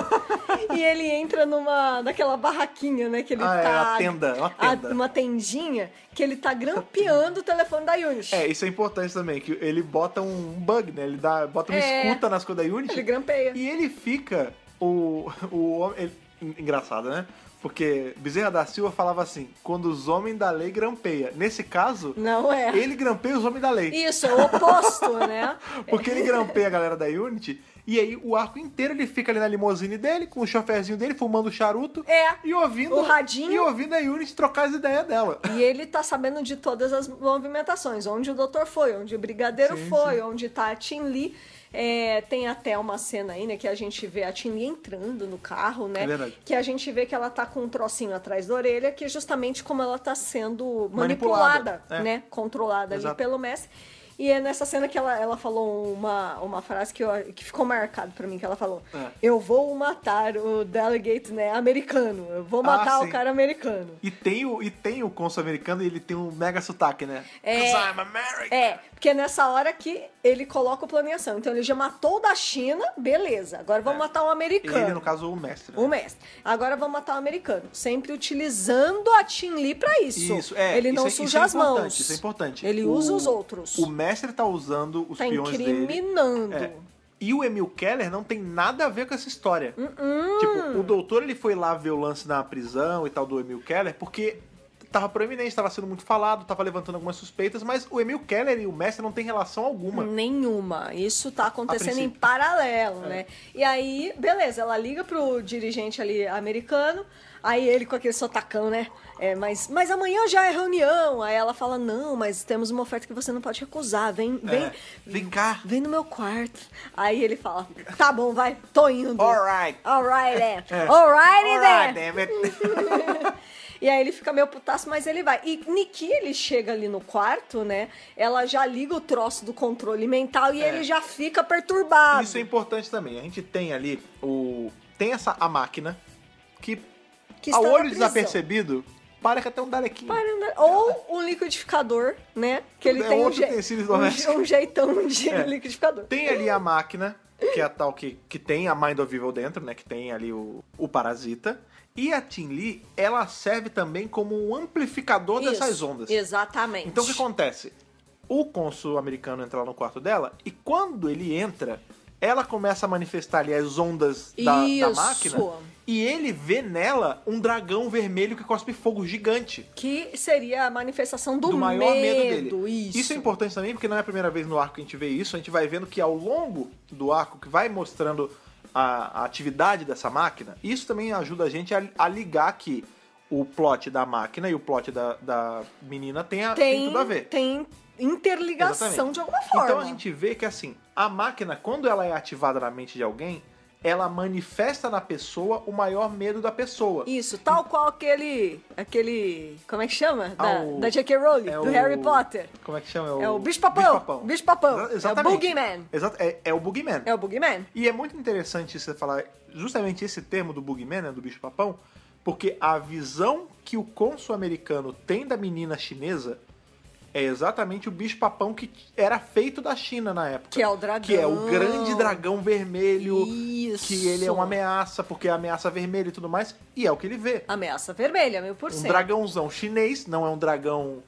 S4: e ele entra numa naquela barraquinha, né, que ele
S3: Ah, é,
S4: tá
S3: a tenda, uma
S4: a-
S3: tenda.
S4: uma tendinha que ele tá grampeando o telefone da Yunish.
S3: É, isso é importante também, que ele bota um bug, né? Ele dá, bota uma
S4: É.
S3: escuta nas coisas da Unity.
S4: Ele grampeia.
S3: E ele fica o, o homem. ele- Engraçado, né? Porque Bezerra da Silva falava assim: quando os homens da lei grampeia. Nesse caso,
S4: Não é.
S3: ele grampeia os homens da lei.
S4: Isso, é o oposto, né?
S3: Porque ele grampeia a galera da Unity e aí o arco inteiro ele fica ali na limusine dele, com o choferzinho dele, fumando o charuto
S4: É.
S3: e ouvindo
S4: O radinho.
S3: E ouvindo a Unity trocar as ideias dela.
S4: E ele tá sabendo de todas as movimentações, onde o doutor foi, onde o brigadeiro foi, onde tá a Tim Lee. É, tem até uma cena aí, né, que a gente vê a Tim Lee entrando no carro, né?
S3: É verdade.
S4: que a gente vê que ela tá com um trocinho atrás da orelha, que é justamente como ela tá sendo manipulada,
S3: Manipulada, é.
S4: né? Controlada ali
S3: Exato.
S4: pelo mestre. E é nessa cena que ela, ela falou uma, uma frase que, eu- que ficou marcado pra mim, que ela falou,
S3: É.
S4: eu vou matar o delegate, né, americano, eu vou
S3: Ah,
S4: matar o
S3: sim.
S4: cara americano.
S3: E tem o, e tem o cônsul americano e ele tem um mega sotaque, né?
S4: É.
S3: 'Cause I'm American.
S4: É, porque é nessa hora que ele coloca o planeação. Então ele já matou o da China, beleza. Agora vamos
S3: É.
S4: matar o americano.
S3: Ele, no caso, o mestre. né?
S4: O mestre. Agora vamos matar o americano. Sempre utilizando a Tim Lee pra isso.
S3: Isso, é.
S4: Ele não
S3: isso é-
S4: suja as
S3: isso é importante,
S4: mãos.
S3: Isso é importante.
S4: Ele
S3: O-
S4: usa os outros.
S3: O mestre tá usando os
S4: Tá
S3: peões dele.
S4: incriminando.
S3: É. E o Emil Keller não tem nada a ver com essa história.
S4: Uh-uh.
S3: Tipo, o doutor ele foi lá ver o lance na prisão e tal do Emil Keller porque tava proeminente, tava sendo muito falado, tava levantando algumas suspeitas, mas o Emil Keller e o mestre não tem relação alguma.
S4: Hum, Nenhuma. Isso tá acontecendo em
S3: princípio. É.
S4: paralelo, né? E aí, beleza, ela liga pro dirigente ali americano, aí ele com aquele sotacão, né? É, mas, mas amanhã já é reunião. Aí ela fala: não, mas temos uma oferta que você não pode recusar. Vem,
S3: É,
S4: vem,
S3: vem cá.
S4: vem no meu quarto. Aí ele fala: tá bom, vai, tô indo.
S3: Alright.
S4: Alright then.
S3: É.
S4: Alrighty then.
S3: Alright, damn it.
S4: E aí ele fica meio putaço, mas ele vai. E Niki, ele chega ali no quarto, né? Ela já liga o troço do controle mental e ele já fica perturbado.
S3: É. Isso é importante também. A gente tem ali o tem essa a máquina que,
S4: Que
S3: ao
S4: está na
S3: olho
S4: prisão.
S3: desapercebido parece até um dalequinho.
S4: Parando- Ou um liquidificador, né? Que ele
S3: É
S4: tem um,
S3: outro
S4: je-
S3: utensílio
S4: um,
S3: doméstico.
S4: je- um jeitão de
S3: É.
S4: liquidificador.
S3: Tem ali a máquina, que é a tal que, que tem a Mind of Evil dentro, né? Que tem ali o, o parasita. E a Tin Lee, ela serve também como um amplificador dessas
S4: Isso,
S3: ondas.
S4: Exatamente.
S3: Então o que acontece? O cônsul americano entra lá no quarto dela e quando ele entra, Ela começa a manifestar ali as ondas da, da
S4: Isso.
S3: máquina e ele vê nela um dragão vermelho que cospe fogo gigante.
S4: Que seria a manifestação do,
S3: do maior medo, dele.
S4: Isso.
S3: é importante também, porque não é a primeira vez no arco que a gente vê isso. A gente vai vendo que ao longo do arco, que vai mostrando a, a atividade dessa máquina, isso também ajuda a gente a, a ligar que o plot da máquina e o plot da, da menina tem, a, tem
S4: Tem,
S3: tudo a ver.
S4: tem interligação
S3: Exatamente.
S4: de alguma forma.
S3: Então a gente vê que assim, a máquina, quando ela é ativada na mente de alguém, ela manifesta na pessoa o maior medo da pessoa.
S4: Isso, tal qual aquele. aquele. Como é que chama? Da,
S3: Ah, o-
S4: da J.K. Rowling,
S3: é
S4: do
S3: o-
S4: Harry Potter.
S3: Como é que chama?
S4: É o bicho-papão. Bicho-papão.
S3: Exa-
S4: É o
S3: Exatamente.
S4: boogeyman.
S3: Exato, é, é o Boogeyman.
S4: É o Boogeyman.
S3: E é muito interessante você falar justamente esse termo do Boogeyman, né, do bicho-papão, porque a visão que o cônsul americano tem da menina chinesa é exatamente o bicho-papão que era feito da China na época.
S4: Que é o dragão.
S3: Que é o grande dragão vermelho,
S4: Isso.
S3: que ele é uma ameaça, porque é ameaça vermelha e tudo mais, e é o que ele vê.
S4: Ameaça vermelha, mil por
S3: Um
S4: cento.
S3: dragãozão chinês, não é um dragão.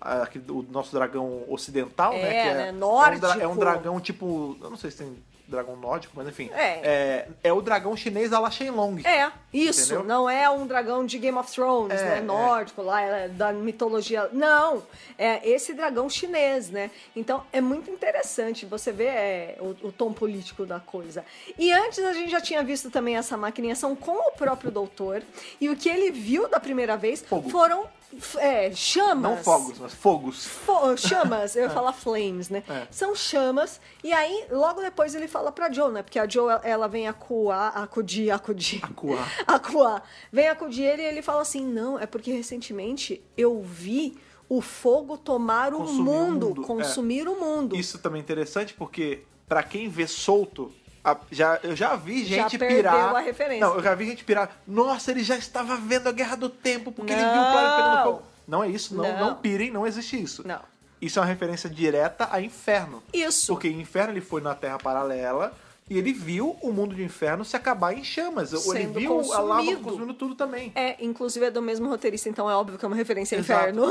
S3: ah, que- o nosso dragão ocidental, né?
S4: É,
S3: Que
S4: né,
S3: um
S4: nórdico.
S3: dra- É um, dragão tipo. Eu não sei se tem dragão nórdico, mas enfim.
S4: É.
S3: É, é o dragão chinês da La Shenlong.
S4: É, isso.
S3: Entendeu?
S4: Não é um dragão de Game of Thrones,
S3: É,
S4: né?
S3: é.
S4: Nórdico, lá é da mitologia. Não, é esse dragão chinês, né? Então é muito interessante você ver é, o, o tom político da coisa. E antes a gente já tinha visto também essa maquiniação com o próprio doutor. E o que ele viu da primeira vez
S3: Fogo.
S4: foram f- é, chamas.
S3: Não fogos, mas fogos.
S4: Fo- ah, chamas, eu ia falar flames, né?
S3: É.
S4: São chamas, e aí logo depois ele fala pra Jo, né? Porque a Jo ela- ela vem acuar, acudir, acudir.
S3: Acuar.
S4: acuar. Vem acudir ele e ele fala assim: não, é porque recentemente eu vi o fogo tomar o
S3: Consumir o
S4: mundo,
S3: mundo, é.
S4: consumir o mundo.
S3: Isso também é interessante porque, pra quem vê solto, a- já, eu já vi
S4: Já
S3: gente
S4: perdeu
S3: pirar.
S4: a referência.
S3: Não, eu já vi gente pirar. Nossa, ele já estava vendo a guerra do tempo porque ele viu o
S4: Não.
S3: planeta pegando fogo. Não é isso, não, não.
S4: Não.
S3: pirem, não existe isso.
S4: Não.
S3: Isso é uma referência direta a Inferno.
S4: Isso.
S3: Porque em Inferno ele foi na Terra Paralela e ele viu o mundo de Inferno se acabar em chamas. Ou ele
S4: Sendo
S3: viu a lava
S4: consumido.
S3: consumindo tudo também.
S4: É, inclusive é do mesmo roteirista, então é óbvio que é uma referência ao
S3: Exato,
S4: inferno.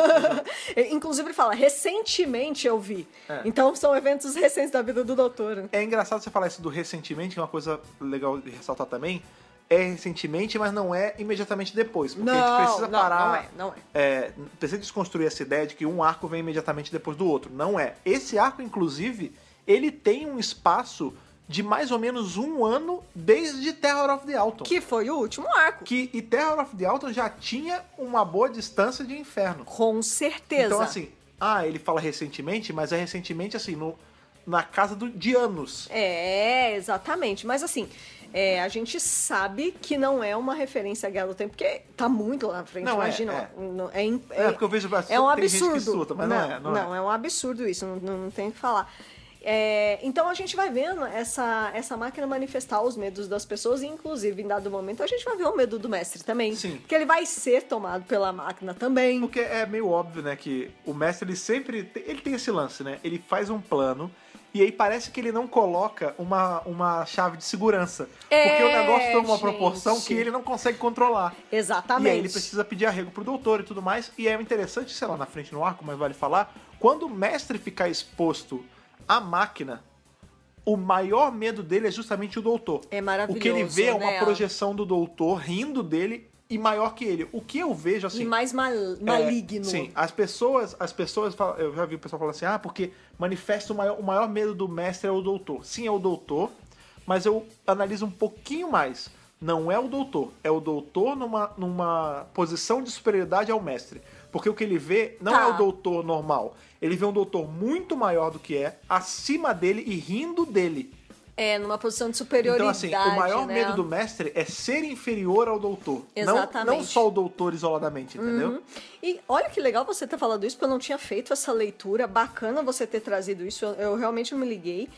S4: inclusive ele fala, recentemente eu vi.
S3: É.
S4: Então são eventos recentes da vida do doutor.
S3: É engraçado você falar isso do recentemente, que é uma coisa legal de ressaltar também. É recentemente, mas não é imediatamente depois. Porque a
S4: Não,
S3: gente precisa
S4: não,
S3: parar.
S4: não é, não é.
S3: é, precisa desconstruir essa ideia de que um arco vem imediatamente depois do outro. Não é. Esse arco, inclusive, ele tem um espaço de mais ou menos um ano desde Terror of the Alton.
S4: Que foi o último arco.
S3: Que, e Terror of the Alton já tinha uma boa distância de Inferno.
S4: Com certeza.
S3: Então, assim, ah, ele fala recentemente, mas é recentemente, assim, no, na casa do, de anos.
S4: É, exatamente. Mas assim, é, a gente sabe que não é uma referência à Guerra do Tempo, porque tá muito lá na frente,
S3: Não, é,
S4: imagina.
S3: é.
S4: não- É, im-
S3: É, porque eu vejo bastante-
S4: É um
S3: tem gente que
S4: absurdo.
S3: surta, mas não é, não é.
S4: um absurdo isso, não, não- não tem o que falar. É, então a gente vai vendo essa, essa máquina manifestar os medos das pessoas, e inclusive em dado momento a gente vai ver o medo do mestre também.
S3: Sim.
S4: Porque ele vai ser tomado pela máquina também.
S3: Porque é meio óbvio, né, que o mestre ele sempre te- ele tem esse lance, né? Ele faz um plano e aí parece que ele não coloca uma, uma chave de segurança,
S4: É,
S3: porque o negócio toma uma
S4: gente.
S3: proporção que ele não consegue controlar.
S4: Exatamente.
S3: E aí ele precisa pedir arrego pro doutor e tudo mais. E é interessante, sei lá, na frente no arco, mas vale falar, quando o mestre ficar exposto à máquina, o maior medo dele é justamente o doutor.
S4: É maravilhoso,
S3: O que ele vê é uma
S4: né?
S3: projeção do doutor rindo dele e maior que ele. O que eu vejo assim,
S4: e mais mal- maligno.
S3: é, sim, as pessoas, as pessoas falam, eu já vi o pessoal falando assim: "Ah, porque manifesta o maior, o maior medo do mestre é o doutor". Sim, é o doutor, mas eu analiso um pouquinho mais. Não é o doutor, é o doutor numa, numa posição de superioridade ao mestre. Porque o que ele vê não
S4: Tá.
S3: é o doutor normal. Ele vê um doutor muito maior do que é, acima dele e rindo dele.
S4: É, numa posição de superioridade.
S3: Então, assim, o maior
S4: né?
S3: medo do mestre é ser inferior ao doutor. Não, não
S4: Exatamente.
S3: só o doutor isoladamente, entendeu?
S4: Uhum. E olha que legal você ter falado isso, porque eu não tinha feito essa leitura. Bacana você ter trazido isso, eu, eu realmente não me liguei.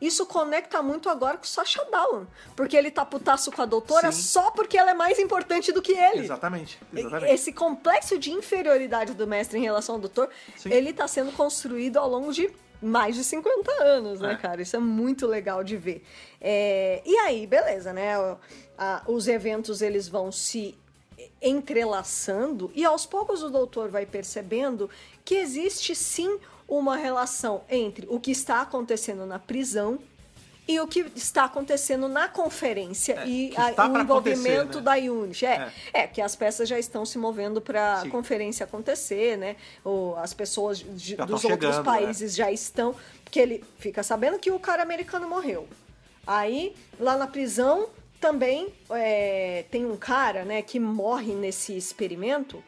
S4: Isso conecta muito agora com o Sasha Down, porque ele tá putaço com a doutora
S3: Sim.
S4: só porque ela é mais importante do que ele.
S3: Exatamente,
S4: E-
S3: exatamente.
S4: Esse complexo de inferioridade do mestre em relação ao doutor,
S3: Sim.
S4: ele tá sendo construído ao longo de mais de 50 anos, né,
S3: É.
S4: cara? Isso é muito legal de ver. É, e aí, beleza, né? O- a- os eventos eles vão se entrelaçando e aos poucos o doutor vai percebendo que existe sim uma relação entre o que está acontecendo na prisão e o que está acontecendo na conferência
S3: É,
S4: e
S3: que
S4: a-
S3: está
S4: o
S3: pra
S4: envolvimento
S3: acontecer, né?
S4: da Unity. É, é. que as peças já estão se movendo para a
S3: Sim.
S4: conferência acontecer, né? Ou as pessoas de-
S3: Já
S4: dos
S3: estão
S4: outros
S3: chegando, é.
S4: países já estão. Porque ele fica sabendo que o cara americano morreu. Aí, lá na prisão, também é, tem um cara, né, que morre nesse experimento.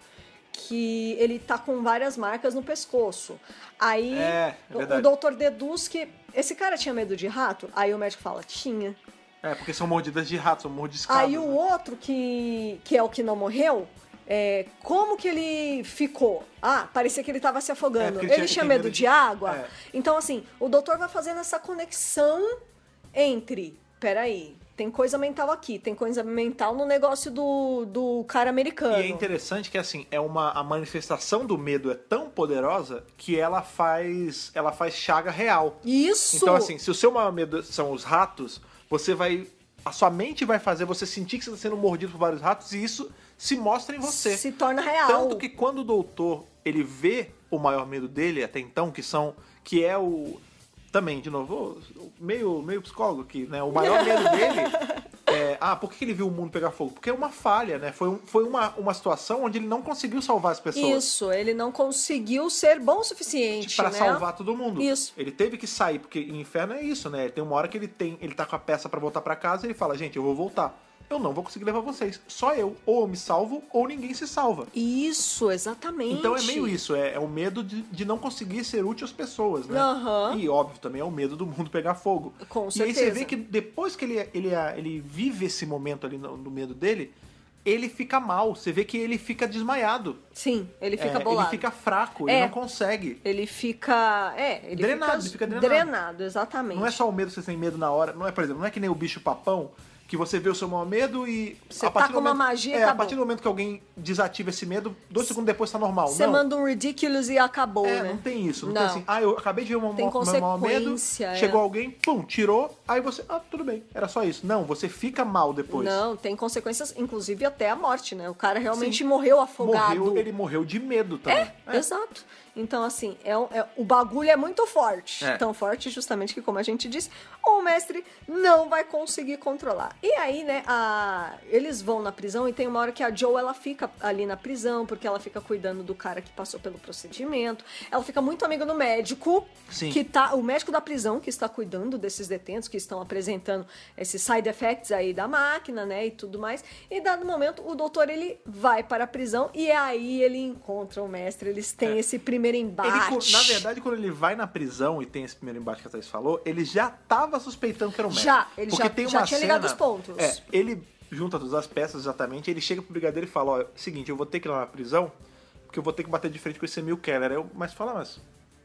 S4: Que ele tá com várias marcas no pescoço. Aí
S3: É, é
S4: o- o
S3: verdade.
S4: doutor deduz que esse cara tinha medo de rato. Aí o médico fala: tinha.
S3: É, porque são mordidas de rato, são mordiscadas.
S4: Aí o
S3: né?
S4: outro, que, que é o que não morreu, é, como que ele ficou? Ah, parecia que ele estava se
S3: É,
S4: afogando.
S3: porque ele
S4: ele
S3: tinha-
S4: tinha
S3: tem
S4: medo
S3: medo
S4: de,
S3: de-
S4: água.
S3: É.
S4: Então, assim, o doutor vai fazendo essa conexão entre. Peraí, tem coisa mental aqui, tem coisa mental no negócio do, do cara americano.
S3: E é interessante que assim, é uma a manifestação do medo é tão poderosa que ela faz ela faz chaga real.
S4: Isso!
S3: Então assim, se o seu maior medo são os ratos, você vai a sua mente vai fazer você sentir que você está sendo mordido por vários ratos e isso se mostra em você.
S4: Se torna real.
S3: Tanto que quando o doutor ele vê o maior medo dele até então, que são. que é o. Também, de novo, o- meio, meio psicólogo aqui, né? O maior medo dele. É, ah, por que que ele viu o mundo pegar fogo? Porque é uma falha, né? Foi, um, foi uma, uma situação onde ele não conseguiu salvar as pessoas.
S4: Isso, ele não conseguiu ser bom o suficiente.
S3: Pra
S4: né?
S3: salvar todo mundo.
S4: Isso.
S3: Ele teve que sair, porque em inferno é isso, né? Tem uma hora que ele tem, ele tá com a peça pra voltar pra casa e ele fala, gente, eu vou voltar. Eu não vou conseguir levar vocês. Só eu. Ou eu me salvo, ou ninguém se salva.
S4: Isso, exatamente.
S3: Então é meio isso, é, é o medo de, de não conseguir ser útil às pessoas, né?
S4: Aham.
S3: E óbvio também é o medo do mundo pegar fogo.
S4: Com
S3: e aí você
S4: certeza.
S3: vê que depois que ele, ele, ele vive esse momento ali no, do medo dele, ele fica mal. Você vê que ele fica desmaiado.
S4: Sim, ele
S3: É,
S4: fica bolado.
S3: Ele fica fraco,
S4: É.
S3: ele não consegue.
S4: Ele fica. É, ele
S3: Drenado,
S4: fica,
S3: fica drenado.
S4: exatamente.
S3: Não é só o medo que você tem medo na hora. Não é, por exemplo, não é que nem o bicho papão, que você vê o seu maior medo e.
S4: Você
S3: a partir
S4: tá
S3: do
S4: com uma
S3: momento-
S4: magia e
S3: É, a
S4: acabou.
S3: partir do momento que alguém desativa esse medo, dois segundos depois tá normal.
S4: Você
S3: não.
S4: manda um ridiculous e acabou,
S3: É,
S4: né?
S3: não tem isso. Não,
S4: Não.
S3: tem assim, ah, eu acabei de ver uma,
S4: Tem
S3: uma, meu maior medo,
S4: consequência, é.
S3: chegou alguém, pum, tirou, aí você, ah, tudo bem, era só isso. Não, você fica mal depois.
S4: Não, tem consequências, inclusive até a morte, né? O cara realmente
S3: Sim.
S4: morreu afogado.
S3: Morreu, ele morreu de medo também.
S4: É, exato. Então, assim, é, um- é- o bagulho é muito forte.
S3: É.
S4: Tão forte, justamente, que, como a gente disse, o mestre não vai conseguir controlar. E aí, né, a- eles vão na prisão e tem uma hora que a Joe, ela fica ali na prisão, porque ela fica cuidando do cara que passou pelo procedimento. Ela fica muito amiga do médico,
S3: Sim.
S4: que tá, o médico da prisão que está cuidando desses detentos que estão apresentando esses side effects aí da máquina, né, e tudo mais. E dado momento, o doutor ele vai para a prisão e é aí ele encontra o mestre, eles têm esse primeiro
S3: É. Ele,
S4: embate.
S3: co- na verdade, quando ele vai na prisão e tem esse primeiro embate que a Thaís falou, ele já tava suspeitando que era o médico.
S4: Já, ele
S3: Porque
S4: já-
S3: tem
S4: já
S3: uma
S4: tinha
S3: cena-
S4: ligado os pontos.
S3: É, ele junta todas as peças exatamente, ele chega pro brigadeiro e fala, ó, seguinte, eu vou ter que ir lá na prisão, porque eu vou ter que bater de frente com esse Emil Keller. Aí Eu, mas fala, mas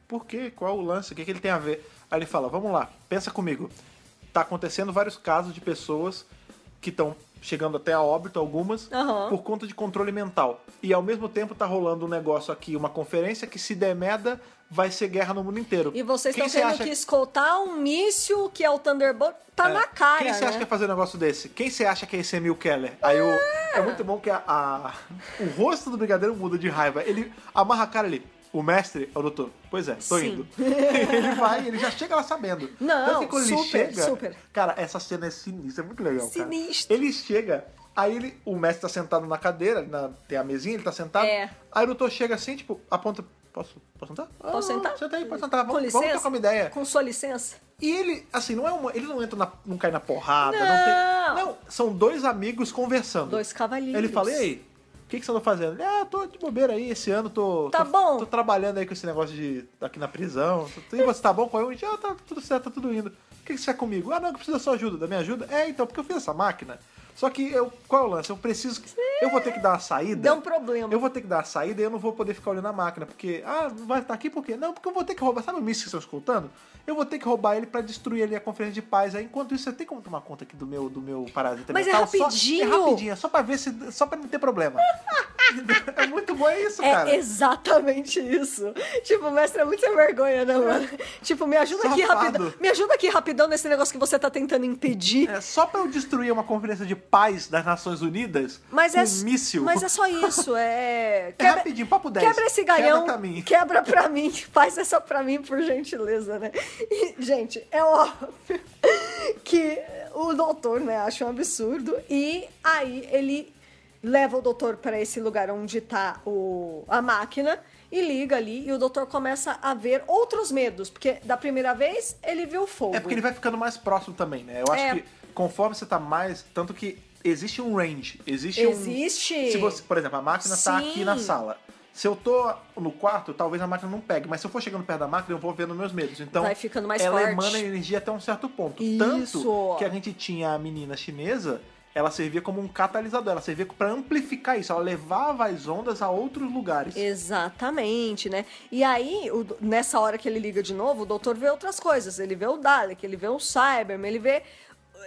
S3: por quê? Qual o lance? O que, que ele tem a ver? Aí ele fala, vamos lá, pensa comigo. Tá acontecendo vários casos de pessoas que estão chegando até a óbito, algumas,
S4: Aham.
S3: por conta de controle mental. E ao mesmo tempo tá rolando um negócio aqui, uma conferência que se der merda, vai ser guerra no mundo inteiro.
S4: E vocês
S3: Quem
S4: estão
S3: você
S4: tendo
S3: acha
S4: que escoltar um míssil que é o Thunderbolt, tá
S3: é.
S4: na cara,
S3: Quem você
S4: né?
S3: acha que vai fazer um negócio desse? Quem você acha que é esse Emil Keller? Aí eu,
S4: Ah!
S3: é muito bom que a, a- o rosto do brigadeiro muda de raiva. Ele amarra a cara ali. O mestre é o doutor. Pois é, tô
S4: Sim.
S3: indo. ele vai, ele já chega lá sabendo.
S4: Não,
S3: Tanto que quando ele
S4: super,
S3: chega,
S4: super.
S3: Cara, essa cena é sinistra, é muito legal, cara.
S4: Sinistra.
S3: Ele chega, aí ele, o mestre tá sentado na cadeira, na, tem a mesinha, ele tá sentado.
S4: É.
S3: Aí o doutor chega assim, tipo, aponta... Posso, posso sentar? Ah,
S4: Posso sentar?
S3: Senta aí, pode sentar.
S4: com
S3: Vamos,
S4: licença?
S3: vamos trocar uma ideia.
S4: Com sua licença?
S3: E ele, assim, não é uma. Ele não entra na. não cai na porrada, não,
S4: Não.
S3: tem. Não, são dois amigos conversando.
S4: Dois cavalinhos.
S3: Ele fala, e aí? O que, que você anda fazendo? Ele, Ah, tô de bobeira aí, esse ano tô.
S4: Tá
S3: tô,
S4: bom.
S3: Tô trabalhando aí com esse negócio de. aqui na prisão. E você tá bom com eu? Ah, tá tudo certo, tá tudo indo. O que, que você quer comigo? Ah, não, que precisa da sua ajuda, da minha ajuda? É, então, porque eu fiz essa máquina. Só que eu. Qual é o lance? Eu preciso. que- Eu vou ter que dar uma saída.
S4: Deu um problema.
S3: Eu vou ter que dar a saída e eu não vou poder ficar olhando a máquina, porque, ah, não vai estar aqui por quê? Não, porque eu vou ter que roubar, sabe o míssil que vocês estão escutando? Eu vou ter que roubar ele pra destruir ali a conferência de paz. Aí, enquanto isso, você tem como tomar conta aqui do meu, do meu parasita
S4: Mas é
S3: mental? Só-
S4: rapidinho.
S3: é rapidinho, é só pra ver se, só pra não ter problema. é muito bom é isso, cara.
S4: É exatamente isso. Tipo, o mestre é muito sem vergonha, né, mano? Tipo, me ajuda aqui
S3: É. Safado.
S4: rapidão. Me ajuda aqui rapidão nesse negócio que você tá tentando impedir.
S3: É só pra eu destruir uma conferência de paz das Nações Unidas
S4: Mas
S3: com
S4: é,
S3: um míssil.
S4: mas é só isso, é... quebra-
S3: rapidinho, papo 10.
S4: Quebra esse galhão,
S3: Quebra pra mim.
S4: quebra pra mim, faz essa pra mim, por gentileza, né? E, gente, é óbvio que o doutor, né, acha um absurdo. E aí ele leva o doutor para esse lugar onde tá o, a máquina e liga ali. E o doutor começa a ver outros medos, porque da primeira vez ele viu o fogo.
S3: É porque ele vai ficando mais próximo também, né? Eu acho
S4: É.
S3: que conforme você tá mais. Tanto que existe um range. Existe, um.
S4: Existe.
S3: Se você, por exemplo, a máquina tá
S4: Sim.
S3: aqui na sala. Se eu tô no quarto, talvez a máquina não pegue, mas se eu for chegando perto da máquina, eu vou vendo meus medos. Então,
S4: Vai ficando mais
S3: ela
S4: forte.
S3: emana energia até um certo ponto.
S4: Isso.
S3: Tanto que a gente tinha a menina chinesa, ela servia como um catalisador, ela servia pra amplificar isso, ela levava as ondas a outros lugares.
S4: Exatamente, né? E aí, o do- nessa hora que ele liga de novo, o doutor vê outras coisas. Ele vê o Dalek, ele vê o Cyberman, ele vê.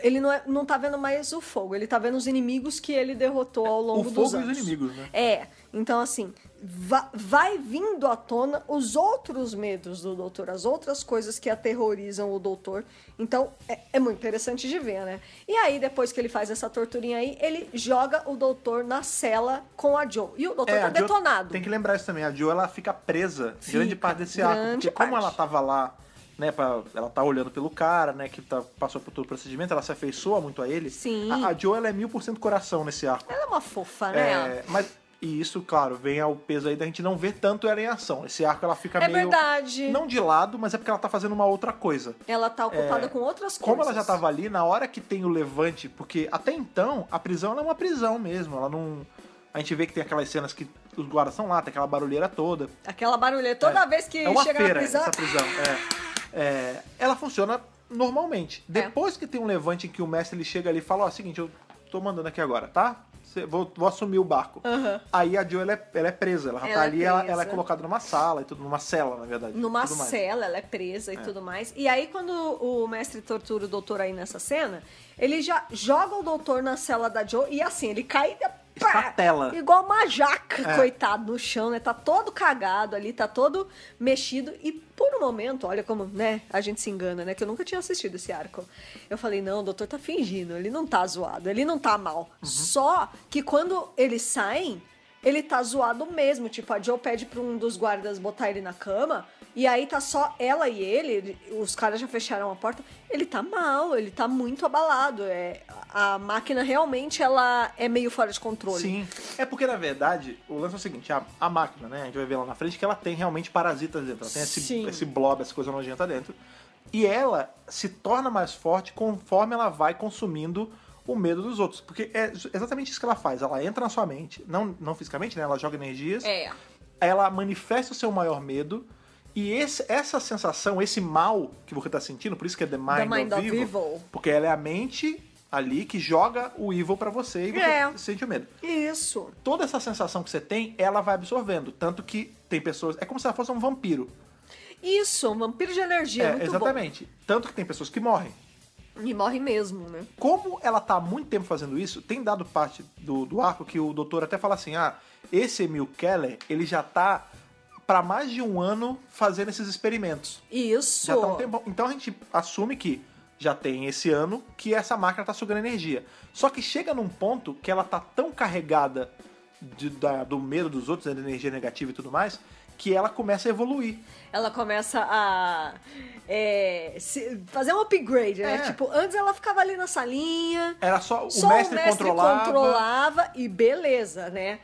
S4: Ele não, é- não tá vendo mais o fogo, ele tá vendo os inimigos que ele derrotou ao longo
S3: fogo
S4: dos
S3: e os
S4: anos.
S3: inimigos, né?
S4: É. Então, assim, va- vai vindo à tona os outros medos do doutor, as outras coisas que aterrorizam o doutor. Então, é, é muito interessante de ver, né? E aí, depois que ele faz essa torturinha aí, ele joga o doutor na cela com a Joe. E o doutor
S3: É,
S4: tá
S3: a Jo-
S4: detonado.
S3: Tem que lembrar isso também. A Jo, ela fica presa
S4: Fica,
S3: grande parte desse arco.
S4: grande
S3: Porque como
S4: parte.
S3: ela tava lá, né, pra, ela tá olhando pelo cara, né, que tá, passou por todo o procedimento, ela se afeiçoa muito a ele.
S4: Sim.
S3: A, a Jo, ela é mil por cento coração nesse arco.
S4: Ela é uma fofa, né?
S3: É, mas, e isso, claro, vem ao peso aí da gente não ver tanto ela em ação. Esse arco, ela fica
S4: É,
S3: meio...
S4: verdade.
S3: Não de lado, mas é porque ela tá fazendo uma outra coisa.
S4: Ela tá ocupada
S3: É,
S4: com outras
S3: Como
S4: coisas.
S3: ela já estava ali, na hora que tem o levante, porque até então a prisão ela é uma prisão mesmo, ela não. A gente vê que tem aquelas cenas que os guardas são lá, tem aquela barulheira toda.
S4: Aquela barulheira. Toda vez que
S3: é uma
S4: chega
S3: feira
S4: na prisão.
S3: essa prisão. É. É, ela funciona normalmente.
S4: É.
S3: Depois que tem um levante em que o mestre ele chega ali e fala: Ó, seguinte, eu tô mandando aqui agora, tá? Cê- vou, vou assumir o barco.
S4: Aham.
S3: Aí a Jo ela é, ela é presa, ela,
S4: Ela
S3: tá
S4: é
S3: ali, ela,
S4: presa.
S3: ela é colocada numa sala e tudo, numa cela, na verdade.
S4: Numa
S3: tudo mais.
S4: cela, ela é presa e tudo mais. E aí, quando o mestre tortura o doutor aí nessa cena, ele já joga o doutor na cela da Joe e assim, ele cai e
S3: Estatela.
S4: igual uma jaca,
S3: É.
S4: coitado, no chão, né? Tá todo cagado ali, tá todo mexido. E por um momento, olha como, né, a gente se engana, né? Que eu nunca tinha assistido esse arco. Eu falei, não, o doutor tá fingindo, ele não tá zoado, ele não tá mal. Só que quando eles saem, ele tá zoado mesmo. Tipo, a Joe pede pra um dos guardas botar ele na cama. E aí tá só ela e ele, ele- os caras já fecharam a porta. Ele tá mal, ele tá muito abalado. É, a a máquina realmente ela é meio fora de controle.
S3: Sim. É porque, na verdade, o lance é o seguinte: a, a máquina, né? A gente vai ver lá na frente que ela tem realmente parasitas dentro. Ela tem esse,
S4: Sim.
S3: esse blob, essa coisa nojenta dentro. E ela se torna mais forte conforme ela vai consumindo o medo dos outros. Porque é exatamente isso que ela faz. Ela entra na sua mente, não, não fisicamente, né? Ela joga energias
S4: É.
S3: ela manifesta o seu maior medo. E esse- essa sensação, esse mal que você tá sentindo, por isso que é The Mind,
S4: Mind
S3: of,
S4: of
S3: evil,
S4: Evil.
S3: Porque ela é a mente ali que joga o evil pra você e você
S4: É.
S3: sente o medo.
S4: Isso.
S3: Toda essa sensação que você tem, ela vai absorvendo. Tanto que tem pessoas. É como se ela fosse um vampiro. É,
S4: Isso, um vampiro de energia, muito
S3: exatamente. Tanto que tem pessoas que morrem.
S4: bom. E morre mesmo, né?
S3: Como ela tá há muito tempo fazendo isso, tem dado parte do, do arco que o doutor até fala assim: ah, esse Emil Keller, ele já tá pra mais de um ano fazendo esses experimentos.
S4: Isso.
S3: Já tá um tempão. Então a gente assume que já tem esse ano que essa máquina tá sugando energia. Só que chega num ponto que ela tá tão carregada de- da- do medo dos outros, né, da energia negativa e tudo mais, que ela começa a evoluir.
S4: Ela começa a é, se- fazer um upgrade, né?
S3: É.
S4: Tipo, antes ela ficava ali na salinha,
S3: Era só o,
S4: só
S3: mestre,
S4: o mestre
S3: controlava.
S4: controlava e beleza, né?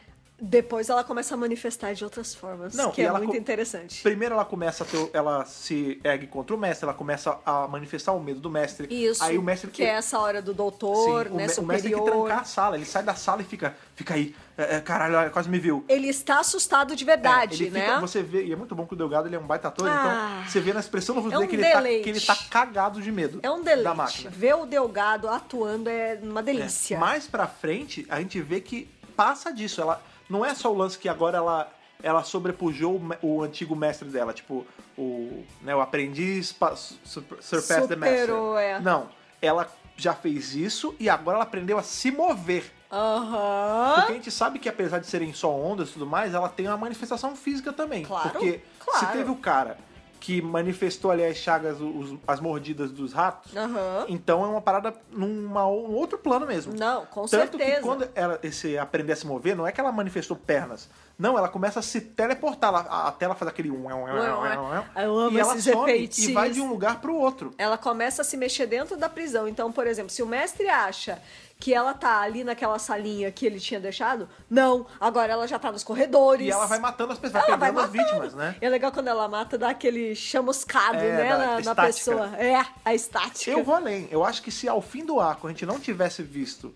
S4: Depois ela começa a manifestar de outras formas,
S3: Não,
S4: que
S3: e
S4: é
S3: ela
S4: muito
S3: co-
S4: interessante.
S3: Primeiro ela começa a ter, ela se ergue contra o mestre, ela começa a manifestar o medo do mestre.
S4: Isso,
S3: Aí o mestre
S4: que é essa hora do doutor,
S3: Sim, o,
S4: né,
S3: me- o mestre tem que
S4: superior.
S3: trancar a sala, ele sai da sala e fica, fica aí, é, é, caralho, olha, quase me viu.
S4: Ele está assustado de verdade,
S3: É, ele
S4: né?
S3: fica- você vê, e é muito bom que o Delgado ele é um baita ator,
S4: Ah.
S3: então você vê na expressão do rosto
S4: É um
S3: dele que ele, tá,
S4: deleite.
S3: que ele tá cagado de medo
S4: É um
S3: da
S4: deleite.
S3: máquina.
S4: Ver o Delgado atuando é uma delícia.
S3: É. Mais pra frente, a gente vê que passa disso. Ela não é só o lance que agora ela ela sobrepujou o, me- o antigo mestre dela, tipo o, né, o aprendiz pa- su- surpassed the master.
S4: Superou, é.
S3: Não, ela já fez isso e agora ela aprendeu a se mover.
S4: Aham.
S3: Porque a gente sabe que apesar de serem só ondas e tudo mais, ela tem uma manifestação física também.
S4: Claro,
S3: Porque
S4: claro.
S3: se teve o cara que manifestou ali as chagas, os- as mordidas dos ratos.
S4: Aham.
S3: Então é uma parada numa, um outro plano mesmo.
S4: Não, com
S3: Tanto
S4: certeza.
S3: que quando ela esse, aprender a se mover, não é que ela manifestou pernas. Não, ela começa a se teleportar. Ela, a, a tela faz aquele... um, um, um, um, um,
S4: Eu amo
S3: e ela
S4: esses
S3: some
S4: efeitos.
S3: e vai de um lugar pro outro.
S4: ela começa a se mexer dentro da prisão. Então, por exemplo, se o mestre acha que ela tá ali naquela salinha que ele tinha deixado, não, agora ela já tá nos corredores.
S3: E ela vai matando as pessoas,
S4: Ela
S3: vai pegando
S4: vai
S3: as
S4: matando.
S3: vítimas, né?
S4: É legal quando ela mata, dá aquele chamuscado,
S3: É,
S4: né,
S3: da-
S4: na, na
S3: estática.
S4: pessoa. É, a estática.
S3: Eu vou além. Eu acho que se ao fim do arco a gente não tivesse visto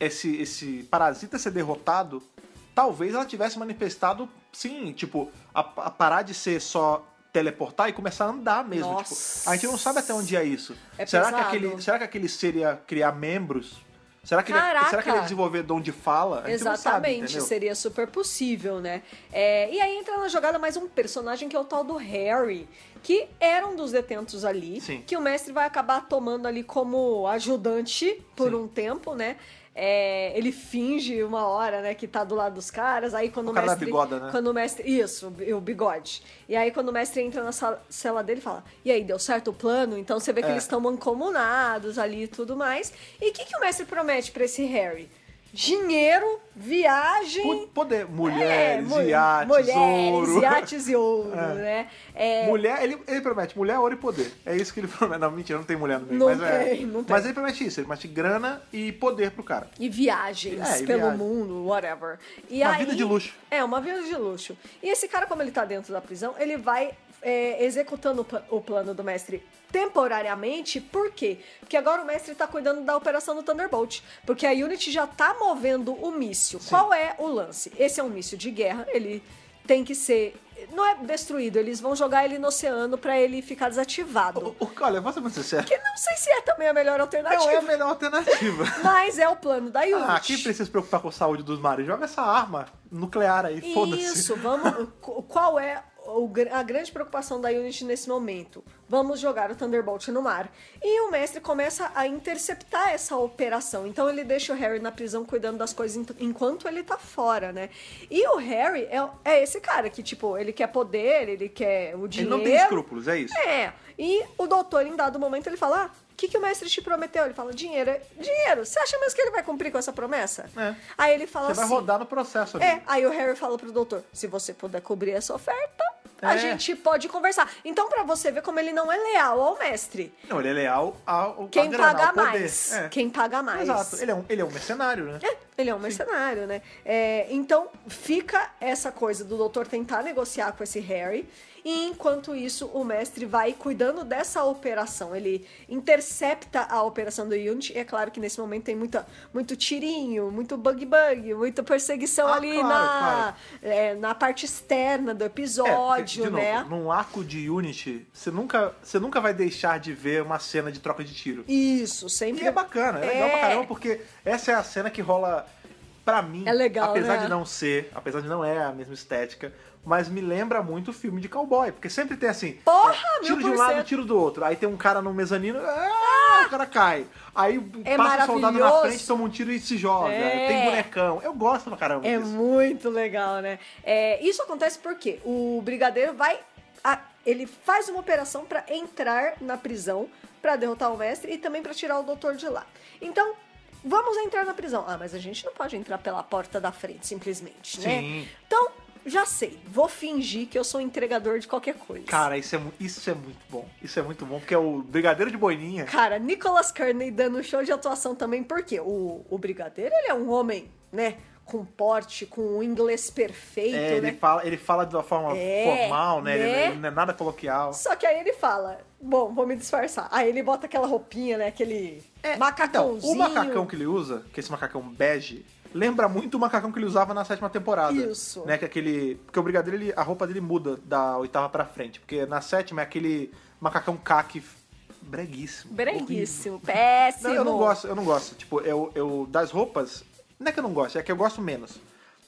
S3: esse, esse parasita ser derrotado, talvez ela tivesse manifestado, sim, tipo, a, a parar de ser só teleportar e começar a andar mesmo. tipo,
S4: Nossa.
S3: a gente não sabe até onde é isso.
S4: É
S3: será, que
S4: pesado.
S3: aquele, será que aquele seria criar membros? Será que, ele,
S4: Caraca.
S3: será que ele ia desenvolver dom de fala? A gente não sabe,
S4: Exatamente,
S3: entendeu?
S4: seria super possível, né? É, e aí entra na jogada mais um personagem que é o tal do Harry, que era um dos detentos ali,
S3: Sim.
S4: que o mestre vai acabar tomando ali como ajudante por
S3: Sim.
S4: um tempo, né? É, ele finge uma hora, né, que tá do lado dos caras, aí quando
S3: O
S4: o
S3: cara da
S4: mestre...
S3: bigoda, né?
S4: Quando o mestre... Isso, o bigode. E aí quando o mestre entra na sala- cela dele, fala, e aí, deu certo o plano? Então você vê que
S3: É.
S4: eles estão mancomunados ali e tudo mais. E o que, que o mestre promete pra esse Harry? Dinheiro, viagem...
S3: Po- Poder,
S4: É,
S3: mulheres,
S4: mu-
S3: iates,
S4: mulheres,
S3: ouro.
S4: iates e ouro, né? É,
S3: Mulher, ele, ele promete mulher, ouro e poder. É isso que ele promete. Não, mentira, não tem mulher no meio.
S4: Não
S3: mas é-
S4: tem, não tem.
S3: Mas ele promete isso, ele promete grana e poder pro cara.
S4: E viagens
S3: É, e
S4: pelo
S3: viagem.
S4: mundo, whatever. E
S3: Uma
S4: aí-
S3: vida de luxo.
S4: É, uma vida de luxo. E esse cara, como ele tá dentro da prisão, ele vai é, executando o, pla- o plano do mestre temporariamente, por quê? Porque agora o mestre tá cuidando da operação do Thunderbolt, porque a Unity já tá movendo o míssil. Qual é o lance? Esse é um míssil de guerra, ele tem que ser... Não é destruído, eles vão jogar ele no oceano pra ele ficar desativado.
S3: O- o- olha, vou ser muito sincero.
S4: Que não sei se é também a melhor alternativa,
S3: Não é a melhor alternativa.
S4: mas é o plano da Unity.
S3: ah, quem precisa se preocupar com a saúde dos mares? Joga essa arma nuclear aí, foda-se.
S4: Isso, vamos. qu- Qual é o gr- a grande preocupação da Unity nesse momento? Vamos jogar o Thunderbolt no mar. E o mestre começa a interceptar essa operação. Então ele deixa o Harry na prisão cuidando das coisas ent- enquanto ele tá fora, né? E o Harry é, é esse cara que, tipo, ele quer poder, ele quer o
S3: Ele
S4: dinheiro.
S3: não tem escrúpulos, é isso.
S4: É. E o doutor, em dado momento, ele fala: ah, o que, que o mestre te prometeu? Ele fala: dinheiro. é- Dinheiro. Você acha mesmo que ele vai cumprir com essa promessa?
S3: É.
S4: Aí ele fala
S3: Você vai
S4: assim.
S3: rodar no processo ali.
S4: É, aí o Harry fala pro doutor: se você puder cobrir essa oferta, a
S3: É.
S4: gente pode conversar. Então, pra você ver como ele não é leal ao mestre.
S3: Não, ele é leal ao, ao
S4: Quem
S3: à grana,
S4: paga
S3: ao poder.
S4: mais.
S3: É.
S4: Quem paga mais.
S3: Exato, ele é, um, ele é um mercenário, né?
S4: É, ele é um mercenário, né? É, então, fica essa coisa do doutor tentar negociar com esse Harry. E enquanto isso, o mestre vai cuidando dessa operação. Ele intercepta a operação do Unity. E é claro que nesse momento tem muita, muito tirinho, muito bug-bug, muita perseguição
S3: Ah,
S4: ali
S3: claro,
S4: na, é, na parte externa do episódio,
S3: porque, de
S4: né?
S3: Novo, num arco de Unity, você nunca, você nunca vai deixar de ver uma cena de troca de tiro.
S4: Isso, sempre.
S3: E é bacana, é legal pra
S4: É.
S3: caramba, porque essa é a cena que rola pra mim.
S4: É legal,
S3: Apesar
S4: né?
S3: de não ser, apesar de não é a mesma estética, mas me lembra muito o filme de cowboy, porque sempre tem assim.
S4: Porra,
S3: é, Tiro
S4: mil
S3: de um
S4: por
S3: lado,
S4: cento.
S3: tiro do outro. Aí tem um cara no mezanino, ah, o cara cai. Aí
S4: É
S3: passa um soldado na
S4: maravilhoso.
S3: frente, toma um tiro e se joga.
S4: É.
S3: Tem bonecão. Eu gosto pra caramba
S4: É
S3: disso.
S4: muito legal, né? É, isso acontece porque o brigadeiro vai. a- ele faz uma operação pra entrar na prisão, pra derrotar o mestre e também pra tirar o doutor de lá. Então. Vamos entrar na prisão. Ah, mas a gente não pode entrar pela porta da frente, simplesmente, né?
S3: Sim.
S4: Então, já sei. Vou fingir que eu sou entregador de qualquer coisa.
S3: Cara, isso é, mu- isso é muito bom. Isso é muito bom, porque é o Brigadeiro de Boininha.
S4: Cara, Nicolas Kearney dando show de atuação também, porque o, o Brigadeiro, ele é um homem, né? Com porte, com um inglês perfeito,
S3: É, ele,
S4: né?
S3: fala, ele fala de uma forma
S4: É,
S3: formal, né? Ele-
S4: né?
S3: Ele não é nada coloquial.
S4: Só que aí ele fala, bom, vou me disfarçar. Aí ele bota aquela roupinha, né? Aquele
S3: Então,
S4: macacãozinho.
S3: o macacão que ele usa, que é esse macacão bege, lembra muito o macacão que ele usava na sétima temporada.
S4: Isso.
S3: Né, que é aquele, porque o Brigadeiro, ele- a roupa dele muda da oitava pra frente. Porque na sétima é aquele macacão caque breguíssimo. horrível.
S4: Breguíssimo, péssimo.
S3: Não, eu não gosto, eu não gosto. Tipo, eu, eu das roupas, não é que eu não gosto, é que eu gosto menos.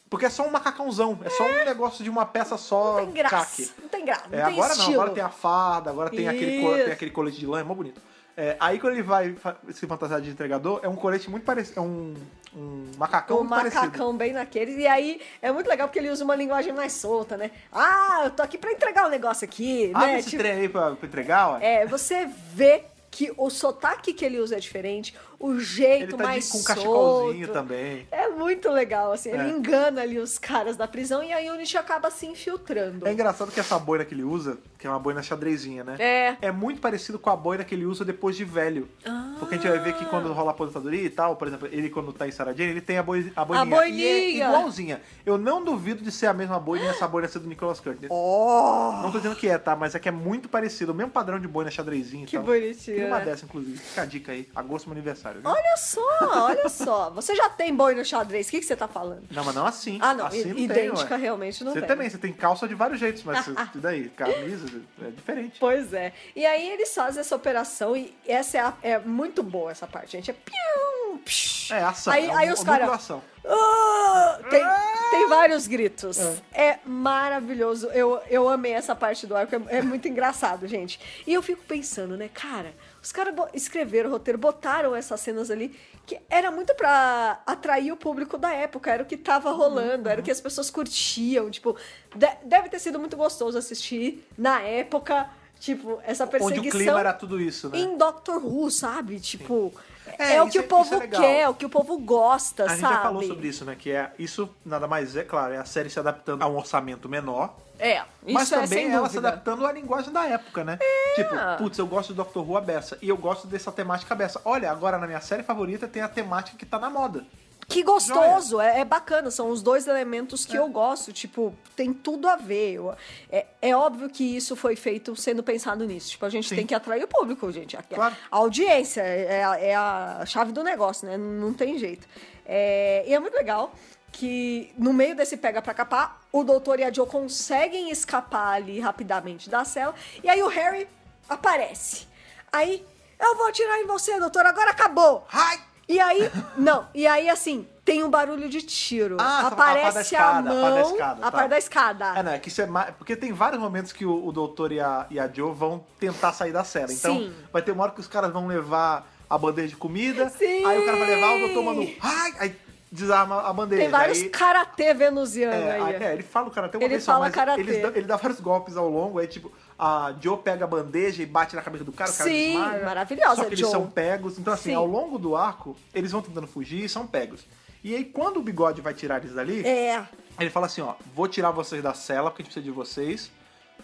S3: Porque é só um macacãozão, é só um negócio de uma peça só
S4: Não tem graça,
S3: caque.
S4: não tem graça, não
S3: É,
S4: tem
S3: agora
S4: estilo.
S3: não, agora tem a farda, agora tem aquele, co-
S4: Isso.
S3: tem aquele colete de lã, é mó bonito. É, aí quando ele vai fa- se fantasiar de entregador, é um colete muito parecido, é um um macacão
S4: O
S3: muito parecido.
S4: macacão bem naquele. E aí é muito legal porque ele usa uma linguagem mais solta, né? Ah, eu tô aqui pra entregar o negócio aqui,
S3: Abre
S4: né?
S3: esse
S4: Tipo,
S3: trem aí pra, pra entregar, ó.
S4: é, você vê que o sotaque que ele usa é diferente, o jeito
S3: Ele tá
S4: mais
S3: de, com um
S4: solto.
S3: cachecolzinho também.
S4: É muito legal, assim. Ele
S3: É.
S4: engana ali os caras da prisão e a Unity acaba se infiltrando.
S3: É engraçado que essa boina que ele usa, que é uma boina xadrezinha, né?
S4: É.
S3: É muito parecido com a boina que ele usa depois de velho.
S4: Ah.
S3: Porque a gente vai ver que quando rola a aposentadoria e tal, por exemplo, ele quando tá em Saradinha, ele tem a, boi, a boininha. E
S4: boininha.
S3: é igualzinha. Eu não duvido de ser a mesma boina e essa boina ser do Nicolas Curtis.
S4: Oh,
S3: Não tô dizendo que é, tá? Mas é que é muito parecido. O mesmo padrão de boina xadrezinho e
S4: que
S3: tal.
S4: bonitinho.
S3: Tem uma
S4: né?
S3: dessa, inclusive. Fica a dica aí. Agosto é meu aniversário. Viu?
S4: Olha só, olha só. Você já tem boi no xadrez, o que, que você tá falando?
S3: Não, mas não assim.
S4: Ah, não,
S3: Assim
S4: i-
S3: tem,
S4: idêntica
S3: ué.
S4: realmente não
S3: Você
S4: tem.
S3: também, você tem calça de vários jeitos, mas você- e daí, camisa, é diferente.
S4: Pois é. E aí eles fazem essa operação e essa é, a- é muito boa essa parte, gente. É pium, psh.
S3: É, ação.
S4: Aí,
S3: é
S4: aí
S3: um-
S4: os
S3: uma
S4: caras.
S3: população.
S4: "Ah!" tem, tem vários gritos.
S3: Ah.
S4: É, maravilhoso. Eu, eu amei essa parte do arco. É, é muito engraçado, gente. E eu fico pensando, né, cara, os caras bo- escreveram o roteiro, botaram essas cenas ali, que era muito pra atrair o público da época, era o que tava rolando, era o que as pessoas curtiam. Tipo, de- deve ter sido muito gostoso assistir na época. Tipo, essa
S3: Onde
S4: perseguição
S3: o clima era tudo isso, né?
S4: em Doctor Who, sabe? Tipo,
S3: É,
S4: é, o
S3: isso
S4: que
S3: é-
S4: o povo
S3: isso é legal.
S4: quer, o que o povo gosta,
S3: A
S4: sabe?
S3: gente já falou sobre isso, né? Que é isso nada mais é, claro, é a série se adaptando a um orçamento menor,
S4: É, isso
S3: mas
S4: é
S3: também
S4: sem
S3: ela se
S4: dúvida. É.
S3: adaptando à linguagem da época, né? Tipo, putz, eu gosto do Doctor Who a beça e eu gosto dessa temática beça. Olha, agora na minha série favorita tem a temática que tá na moda.
S4: Que gostoso, é, é bacana, são os dois elementos
S3: É.
S4: que eu gosto, tipo, tem tudo a ver. Eu- é, é óbvio que isso foi feito sendo pensado nisso. Tipo, a gente
S3: Sim.
S4: tem que atrair o público, gente. A,
S3: Claro.
S4: a audiência é, a- é a chave do negócio, né? Não tem jeito. É, e é muito legal que no meio desse pega pra capar, o doutor e a Joe conseguem escapar ali rapidamente da cela, e aí o Harry aparece. Aí, eu vou atirar em você, doutor, agora acabou!
S3: Ai!
S4: E aí, não, e aí assim, tem um barulho de tiro.
S3: Ah, só a par da
S4: aparece a,
S3: escada, a
S4: mão,
S3: par da escada,
S4: a
S3: tá.
S4: par da escada.
S3: É, não, é que isso é mais... Porque tem vários momentos que o, o doutor e a, e a Joe vão tentar sair da cela. Então,
S4: Sim.
S3: vai ter uma hora que os caras vão levar a bandeja de comida,
S4: Sim.
S3: aí o cara vai levar, o doutor manda um... Ai! Aí desarma a bandeja.
S4: tem vários
S3: aí...
S4: karatê venusiano
S3: É,
S4: aí.
S3: a- é, ele fala o karatê uma
S4: Ele
S3: vez só,
S4: fala
S3: mas
S4: karatê.
S3: eles dão- ele dá vários golpes ao longo, aí tipo, a Joe pega a bandeja e bate na cabeça do cara, o cara
S4: Sim,
S3: desmaia.
S4: maravilhosa,
S3: Só que eles
S4: Joe.
S3: são pegos, então assim,
S4: Sim.
S3: ao longo do arco, eles vão tentando fugir e são pegos. E aí quando o Bigode vai tirar eles dali,
S4: É.
S3: ele fala assim, ó, vou tirar vocês da cela porque a gente precisa de vocês,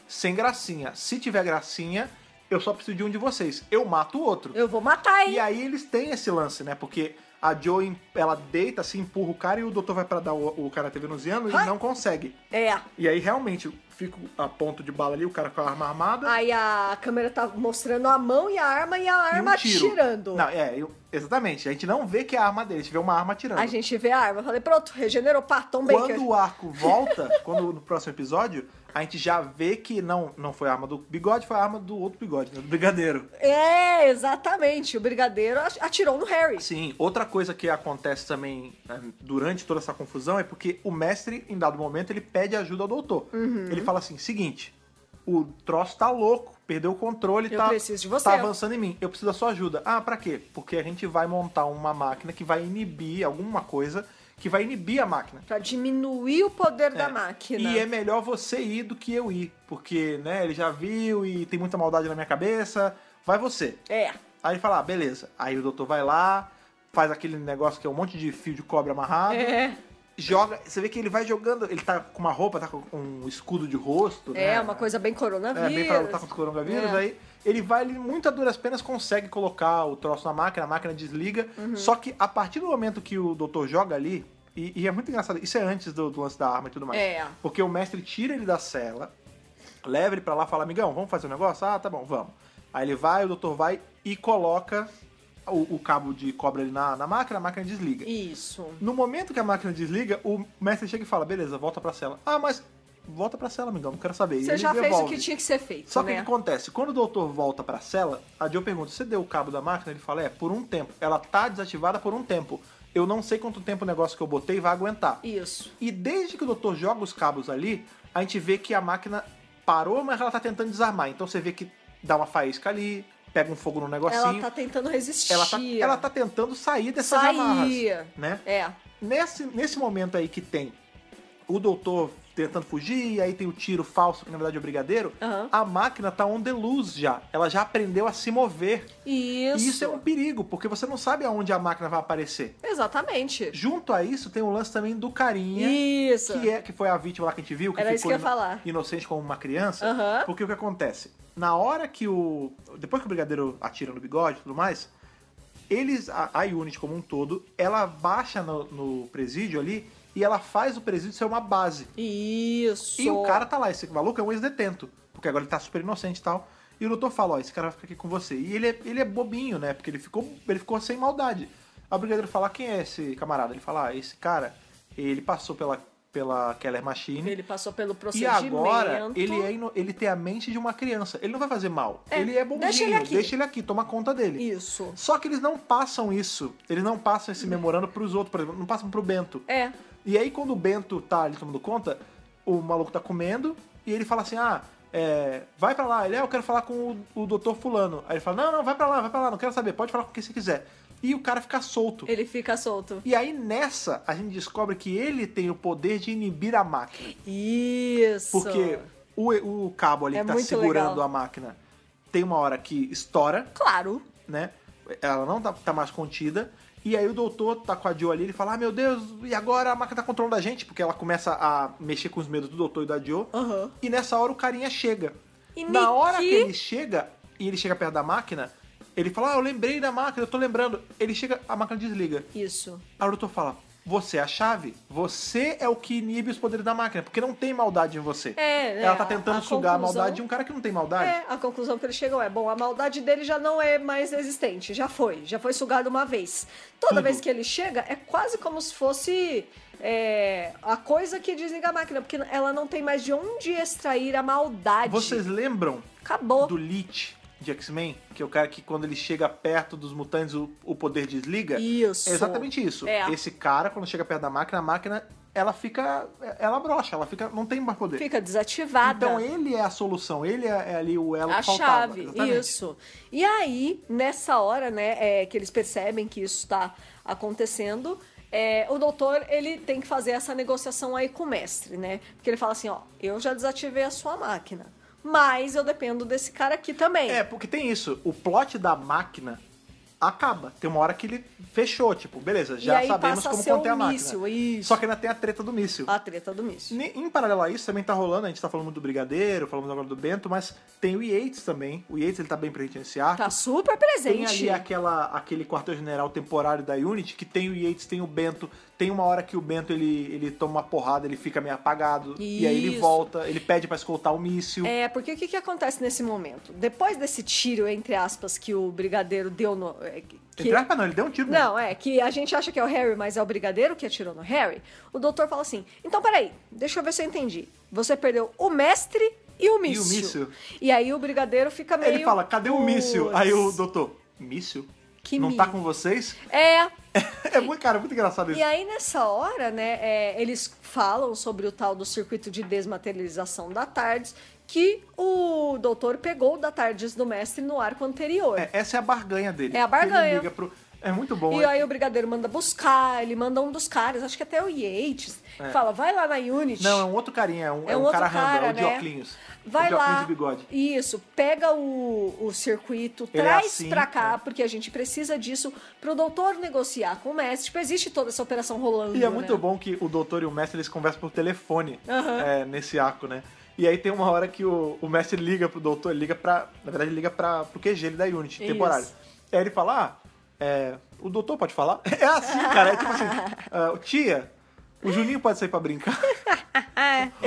S3: sem gracinha. Se tiver gracinha, eu só preciso de um de vocês, eu mato o outro.
S4: Eu vou matar,
S3: E
S4: hein?
S3: aí eles têm esse lance, né? Porque a Joe, ela deita, se empurra o cara e o doutor vai pra dar o, o cara venusiano e
S4: Ai.
S3: não consegue.
S4: É.
S3: E aí realmente fica a ponto de bala ali, o cara com a arma armada.
S4: Aí a câmera tá mostrando a mão e a arma e a
S3: e um
S4: arma
S3: tiro.
S4: atirando.
S3: Não, é, eu- exatamente. A gente não vê que é a arma dele, a gente vê uma arma atirando.
S4: A gente vê a arma. Eu Falei, pronto, regenerou, pá, Tom Baker.
S3: Quando o arco volta, quando no próximo episódio, a gente já vê que não, não foi a arma do bigode, foi a arma do outro bigode, né? Do brigadeiro.
S4: É, exatamente. O brigadeiro at- atirou no Harry.
S3: Sim, outra coisa que acontece também né, durante toda essa confusão é porque o mestre, em dado momento, ele pede ajuda ao doutor.
S4: Uhum.
S3: Ele fala assim: seguinte, o troço tá louco, perdeu o controle,
S4: Eu
S3: tá,
S4: preciso de você."
S3: tá avançando em mim, eu preciso da sua ajuda. Ah, pra quê? Porque a gente vai montar uma máquina que vai inibir alguma coisa que vai inibir a máquina.
S4: Pra diminuir o poder da
S3: É.
S4: máquina.
S3: E é melhor você ir do que eu ir, porque, né, ele já viu e tem muita maldade na minha cabeça, vai você.
S4: é.
S3: Aí ele fala, ah, beleza. Aí o doutor vai lá, faz aquele negócio que é um monte de fio de cobre amarrado,
S4: É.
S3: joga. Você vê que ele vai jogando, ele tá com uma roupa, tá com um escudo de rosto,
S4: É,
S3: né?
S4: uma coisa bem
S3: É,
S4: coronavírus.
S3: bem pra lutar contra o coronavírus,
S4: É.
S3: aí ele vai, ele muito a duras penas consegue colocar o troço na máquina, a máquina desliga.
S4: Uhum.
S3: Só que a partir do momento que o doutor joga ali, e, e é muito engraçado, isso é antes do, do lance da arma e tudo mais.
S4: É.
S3: Porque o mestre tira ele da cela, leva ele pra lá e fala, amigão, vamos fazer um negócio? Ah, tá bom, vamos. Aí ele vai, o doutor vai e coloca o, o cabo de cobre ali na, na máquina, a máquina desliga.
S4: Isso.
S3: No momento que a máquina desliga, o mestre chega e fala, beleza, volta pra cela. Ah, mas volta pra cela, amigão, não quero saber. E
S4: Você
S3: ele
S4: já fez o
S3: devolve.
S4: que tinha que ser feito,
S3: Só que o que
S4: né?
S3: acontece? Quando o doutor volta pra cela, a Jill pergunta: você deu o cabo da máquina? Ele fala: é, por um tempo. Ela tá desativada por um tempo. Eu não sei quanto tempo o negócio que eu botei vai aguentar.
S4: Isso.
S3: E desde que o doutor joga os cabos ali, a gente vê que a máquina parou, mas ela tá tentando desarmar. Então você vê que dá uma faísca ali, pega um fogo no negocinho.
S4: Ela tá tentando resistir.
S3: ela tá, ela tá tentando sair dessas
S4: Sair.
S3: amarras, né?
S4: É.
S3: Nesse, nesse momento aí que tem o doutor tentando fugir, aí tem o tiro falso, que na verdade é o brigadeiro,
S4: Aham.
S3: a máquina tá on the loose já. Ela já aprendeu a se mover.
S4: Isso.
S3: E isso é um perigo, porque você não sabe aonde a máquina vai aparecer.
S4: Exatamente.
S3: Junto a isso, tem o lance também do carinha,
S4: Isso.
S3: que é que foi a vítima lá que a gente viu, que
S4: Era isso
S3: ficou
S4: que eu ia
S3: ino-
S4: falar.
S3: inocente como uma criança.
S4: Aham.
S3: Porque o que acontece? Na hora que o. Depois que o brigadeiro atira no bigode e tudo mais, eles. A, a Unity como um todo, ela baixa no, no presídio ali e ela faz o presídio ser uma base.
S4: Isso.
S3: E o cara tá lá, esse maluco é um ex-detento, porque agora ele tá super inocente e tal. E o doutor fala, ó, esse cara vai ficar aqui com você. E ele é, ele é bobinho, né? Porque ele ficou, ele ficou sem maldade. A brigadeiro fala, quem é esse camarada? Ele fala, ah, esse cara, ele passou pela, pela Keller Machine.
S4: Ele passou pelo
S3: assim, E
S4: procedimento.
S3: agora ele, é ino- ele tem a mente de uma criança. Ele não vai fazer mal.
S4: É,
S3: Ele é bonzinho.
S4: deixa ele aqui.
S3: deixa ele aqui, toma conta dele.
S4: Isso.
S3: Só que eles não passam isso. Eles não passam esse memorando pros outros, por exemplo. Não passam pro Bento.
S4: É.
S3: E aí, quando o Bento tá ali tomando conta, o maluco tá comendo e ele fala assim: ah, é, vai pra lá. Ele, ah, eu quero falar com o, o doutor Fulano. Aí ele fala: não, não, vai pra lá, vai pra lá, não quero saber, pode falar com quem você quiser. E o cara fica solto.
S4: Ele fica solto.
S3: E aí, nessa, a gente descobre que ele tem o poder de inibir a máquina.
S4: Isso.
S3: Porque o, o cabo ali
S4: É
S3: que tá
S4: muito
S3: segurando
S4: legal.
S3: a máquina tem uma hora que estoura,
S4: Claro.
S3: né? Ela não tá, tá mais contida. E aí o doutor tá com a Joe ali, ele fala, ah, meu Deus, e agora a máquina tá controlando a gente? Porque ela começa a mexer com os medos do doutor e da Joe.
S4: Aham.
S3: E nessa hora o carinha chega.
S4: E
S3: Na hora que
S4: Niki-
S3: ele chega, e ele chega perto da máquina, ele fala, ah, eu lembrei da máquina, eu tô lembrando. Ele chega, a máquina desliga.
S4: Isso.
S3: Aí o doutor fala, você é a chave, você é o que inibe os poderes da máquina, porque não tem maldade em você.
S4: É, é,
S3: Ela tá
S4: a-
S3: tentando
S4: a
S3: sugar a
S4: conclusão-
S3: maldade de um cara que não tem maldade.
S4: É, a conclusão que ele chegou é: bom, a maldade dele já não é mais existente, já foi, já foi sugada uma vez. Toda
S3: Tudo.
S4: vez que ele chega, é quase como se fosse é, a coisa que desliga a máquina, porque ela não tem mais de onde extrair a maldade.
S3: Vocês lembram
S4: Acabou.
S3: do Lich de X-Men, que é o cara que quando ele chega perto dos mutantes o, o poder desliga.
S4: Isso.
S3: É exatamente isso.
S4: É.
S3: Esse cara, quando chega perto da máquina, a máquina ela fica. ela brocha, ela fica. não tem mais poder.
S4: Fica desativada.
S3: Então ele é a solução, ele é, é ali o elo
S4: a
S3: que faltava.
S4: chave,
S3: Exatamente.
S4: isso. E aí, nessa hora, né, é, que eles percebem que isso está acontecendo, é, o doutor, ele tem que fazer essa negociação aí com o mestre, né? Porque ele fala assim, ó, eu já desativei a sua máquina, mas eu dependo desse cara aqui também.
S3: É, porque tem isso. O plot da máquina acaba. Tem uma hora que ele fechou, tipo, beleza, já
S4: aí
S3: sabemos
S4: passa a
S3: como
S4: ser
S3: conter
S4: um
S3: a máquina.
S4: míssil, isso.
S3: Só que ainda tem a treta do míssil.
S4: A treta do míssil.
S3: Ne- Em paralelo a isso, também tá rolando, a gente tá falando muito do Brigadeiro, falamos agora do Bento, mas tem o Yates também. O Yates, ele tá bem presente nesse arco.
S4: Tá super
S3: tem
S4: presente.
S3: ali aquela, aquele quartel-general temporário da Unity, que tem o Yates, tem o Bento. Tem uma hora que o Bento, ele, ele toma uma porrada, ele fica meio apagado. E aí ele
S4: Isso.
S3: volta, ele pede pra escoltar o míssil.
S4: É, porque o que, que acontece nesse momento? Depois desse tiro, entre aspas, que o brigadeiro deu no. é, que-
S3: Entre aspas, não, ele deu um tiro.
S4: Não, é que a gente acha que é o Harry, mas é o brigadeiro que atirou no Harry. O doutor fala assim: então peraí, deixa eu ver se eu entendi. Você perdeu o mestre e o míssil.
S3: míssil.
S4: E aí o brigadeiro fica meio.
S3: Ele fala, cadê o míssil?
S4: "Putz,
S3: Aí o doutor, míssil?
S4: Que
S3: Não tá
S4: míssil?"
S3: com vocês?
S4: É.
S3: É muito, cara, muito engraçado isso.
S4: E aí nessa hora, né, é, eles falam sobre o tal do circuito de desmaterialização da Tardes, que o doutor pegou da Tardes do mestre no arco anterior.
S3: É, essa é a barganha dele.
S4: É a barganha.
S3: Ele liga pro- É muito bom.
S4: E
S3: é-
S4: aí o brigadeiro manda buscar, ele manda um dos caras, acho que até o Yates, fala, vai lá na Unity.
S3: É. Não, é um outro carinha, é um,
S4: É
S3: é
S4: um
S3: um
S4: outro
S3: cara random, é
S4: cara,
S3: o de
S4: né?
S3: óculos.
S4: Vai
S3: o de óculos
S4: lá.
S3: de bigode.
S4: Isso, pega o, o circuito,
S3: Ele é
S4: traz
S3: assim,
S4: pra cá,
S3: é.
S4: porque a gente precisa disso pro doutor negociar com o mestre. Tipo, existe toda essa operação rolando.
S3: E é
S4: né?
S3: muito bom que o doutor e o mestre eles conversam por telefone
S4: Aham.
S3: é, nesse arco, né? E aí tem uma hora que o, o mestre liga pro doutor, ele liga pra. Na verdade, ele liga pra, pro QG ele da Unity,
S4: Isso.
S3: temporário. E aí ele fala: ah, é, o doutor pode falar? É assim, cara. É tipo assim: ah, tia, o Juninho pode sair pra brincar?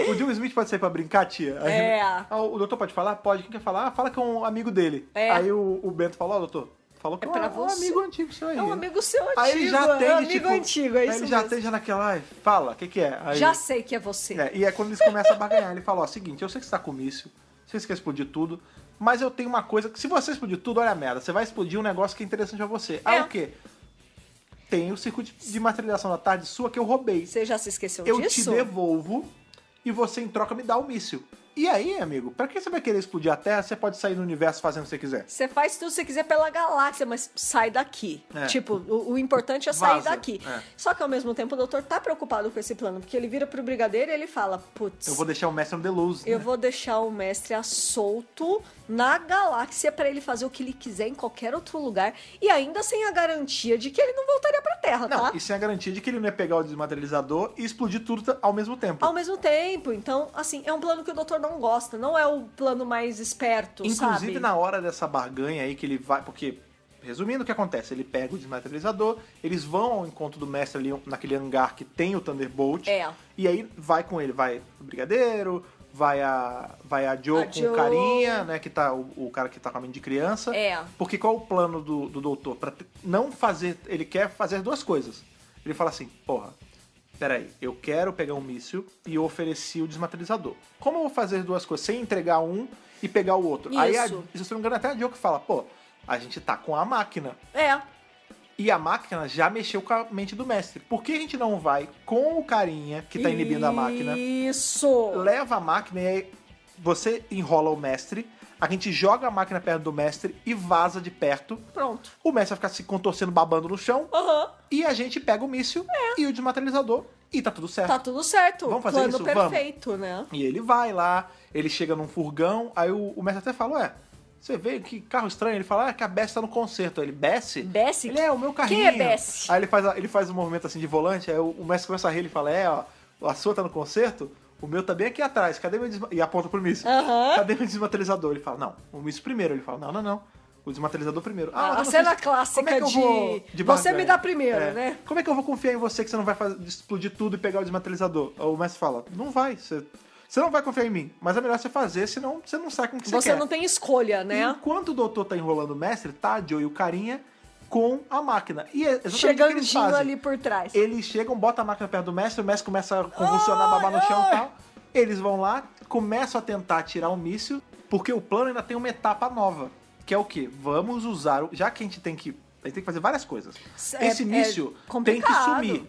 S3: O John Smith pode sair pra brincar, tia? Aí
S4: É.
S3: ele, "Ah, o doutor pode falar? Pode. Quem quer falar? Ah, fala que é um amigo dele.
S4: É.
S3: Aí o, o Bento fala, ó, doutor, falou que
S4: É
S3: é um,
S4: pra
S3: é um
S4: você.
S3: amigo antigo seu aí.
S4: É um amigo seu antigo.
S3: Aí ele já atende,
S4: é um amigo
S3: tipo,
S4: antigo, é
S3: aí
S4: isso
S3: ele já
S4: mesmo.
S3: atende já naquela, "Ai, fala, o que que é? Aí,
S4: Já sei que é você.
S3: é, e é quando eles começam a barganhar, ele fala, ó, seguinte, eu sei que você tá com míssil, sei que você quer explodir tudo, mas eu tenho uma coisa que se você explodir tudo, olha a merda, você vai explodir um negócio que é interessante pra você. Aí
S4: É.
S3: o quê? Tem o circuito de materialização da tarde sua que eu roubei.
S4: Você já se esqueceu
S3: Eu te
S4: disso?
S3: devolvo e você em troca me dá o míssil. E aí, amigo, pra que você vai querer explodir a Terra? Você pode sair no universo fazendo o que você quiser.
S4: Você faz tudo que você quiser pela galáxia, mas sai daqui.
S3: É.
S4: Tipo, o, o importante é sair
S3: Vaza.
S4: daqui.
S3: É.
S4: Só que ao mesmo tempo o doutor tá preocupado com esse plano, porque ele vira pro brigadeiro e ele fala: putz,
S3: Eu vou deixar o mestre on the loose.
S4: eu
S3: né?
S4: vou deixar o mestre a solto na galáxia pra ele fazer o que ele quiser em qualquer outro lugar e ainda sem a garantia de que ele não voltaria pra Terra,
S3: Não, é
S4: tá?
S3: e sem a garantia de que ele não ia pegar o desmaterializador e explodir tudo ta- ao mesmo tempo.
S4: Ao mesmo tempo, então, assim, é um plano que o doutor não gosta, não é o plano mais esperto,
S3: Inclusive,
S4: sabe?
S3: na hora dessa barganha aí que ele vai. Porque, resumindo o que acontece, ele pega o desmaterializador, eles vão ao encontro do mestre ali naquele hangar que tem o Thunderbolt.
S4: É.
S3: E aí vai com ele, vai o Brigadeiro, vai a. Vai a Joe
S4: A
S3: com
S4: Jo.
S3: o carinha, né? Que tá. O, o cara que tá com a mente de criança.
S4: É.
S3: Porque qual é o plano do, do doutor? Pra te- não fazer. Ele quer fazer duas coisas. Ele fala assim, porra. Peraí, eu quero pegar um míssil e eu ofereci o desmaterializador. Como eu vou fazer duas coisas? Sem entregar um e pegar o outro. Aí, a, se
S4: Isso.
S3: eu não me engano, até a Joe que fala, pô, a gente tá com a máquina.
S4: É,
S3: E a máquina já mexeu com a mente do mestre. Por que a gente não vai com o carinha que tá inibindo a máquina?
S4: Isso!
S3: leva a máquina e aí você enrola o mestre, a gente joga a máquina perto do mestre e vaza de perto.
S4: Pronto.
S3: O mestre vai ficar se contorcendo, babando no chão,
S4: Aham.
S3: e a gente pega o míssil
S4: É.
S3: e o desmaterializador e tá tudo certo.
S4: Tá tudo certo.
S3: Vamos fazer
S4: Plano
S3: isso?
S4: perfeito, né?
S3: E ele vai lá, ele chega num furgão, aí o, o mestre até fala, ué, você veio, que carro estranho. Ele fala, ah, que a Bessie tá no concerto. Aí ele, Bessie?
S4: Bessie?
S3: Ele é, o meu carrinho.
S4: Quem é Bessie?
S3: Aí ele faz, a- ele faz um movimento assim de volante, aí o, o mestre começa a rir, ele fala, é, ó, a sua tá no concerto, o meu tá bem aqui atrás, cadê meu desma-" E aponta pro míssil.
S4: Aham.
S3: Cadê meu desmaterializador? Ele fala, não, o míssil primeiro. Ele fala, não, não, não. O desmaterializador primeiro. Ah,
S4: A-
S3: mas
S4: Ah, a
S3: eu não
S4: cena
S3: fiz-
S4: clássica
S3: como é que eu
S4: de
S3: vou
S4: você
S3: barganha?"
S4: me dá primeiro, né?
S3: Como é que eu vou confiar em você que você não vai fazer- explodir tudo e pegar o desmaterializador? Aí O mestre fala, não vai, você, você não vai confiar em mim. Mas é melhor você fazer, senão você não sai com o que você,
S4: Você
S3: quer.
S4: não tem escolha, né?
S3: Enquanto o doutor tá enrolando o mestre, tá a Joe e o carinha com a máquina. E é exatamente o que eles
S4: Chegandinho
S3: fazem.
S4: ali por trás.
S3: Eles chegam, botam a máquina perto do mestre, o mestre começa a convulsionar, babar no chão e tal. Eles vão lá, começam a tentar tirar o míssil, porque o plano ainda tem uma etapa nova. Que é o quê? Vamos usar. o- Já que a gente tem que. A gente tem que fazer várias coisas.
S4: É-
S3: Esse
S4: é
S3: míssil tem que
S4: complicado.
S3: sumir.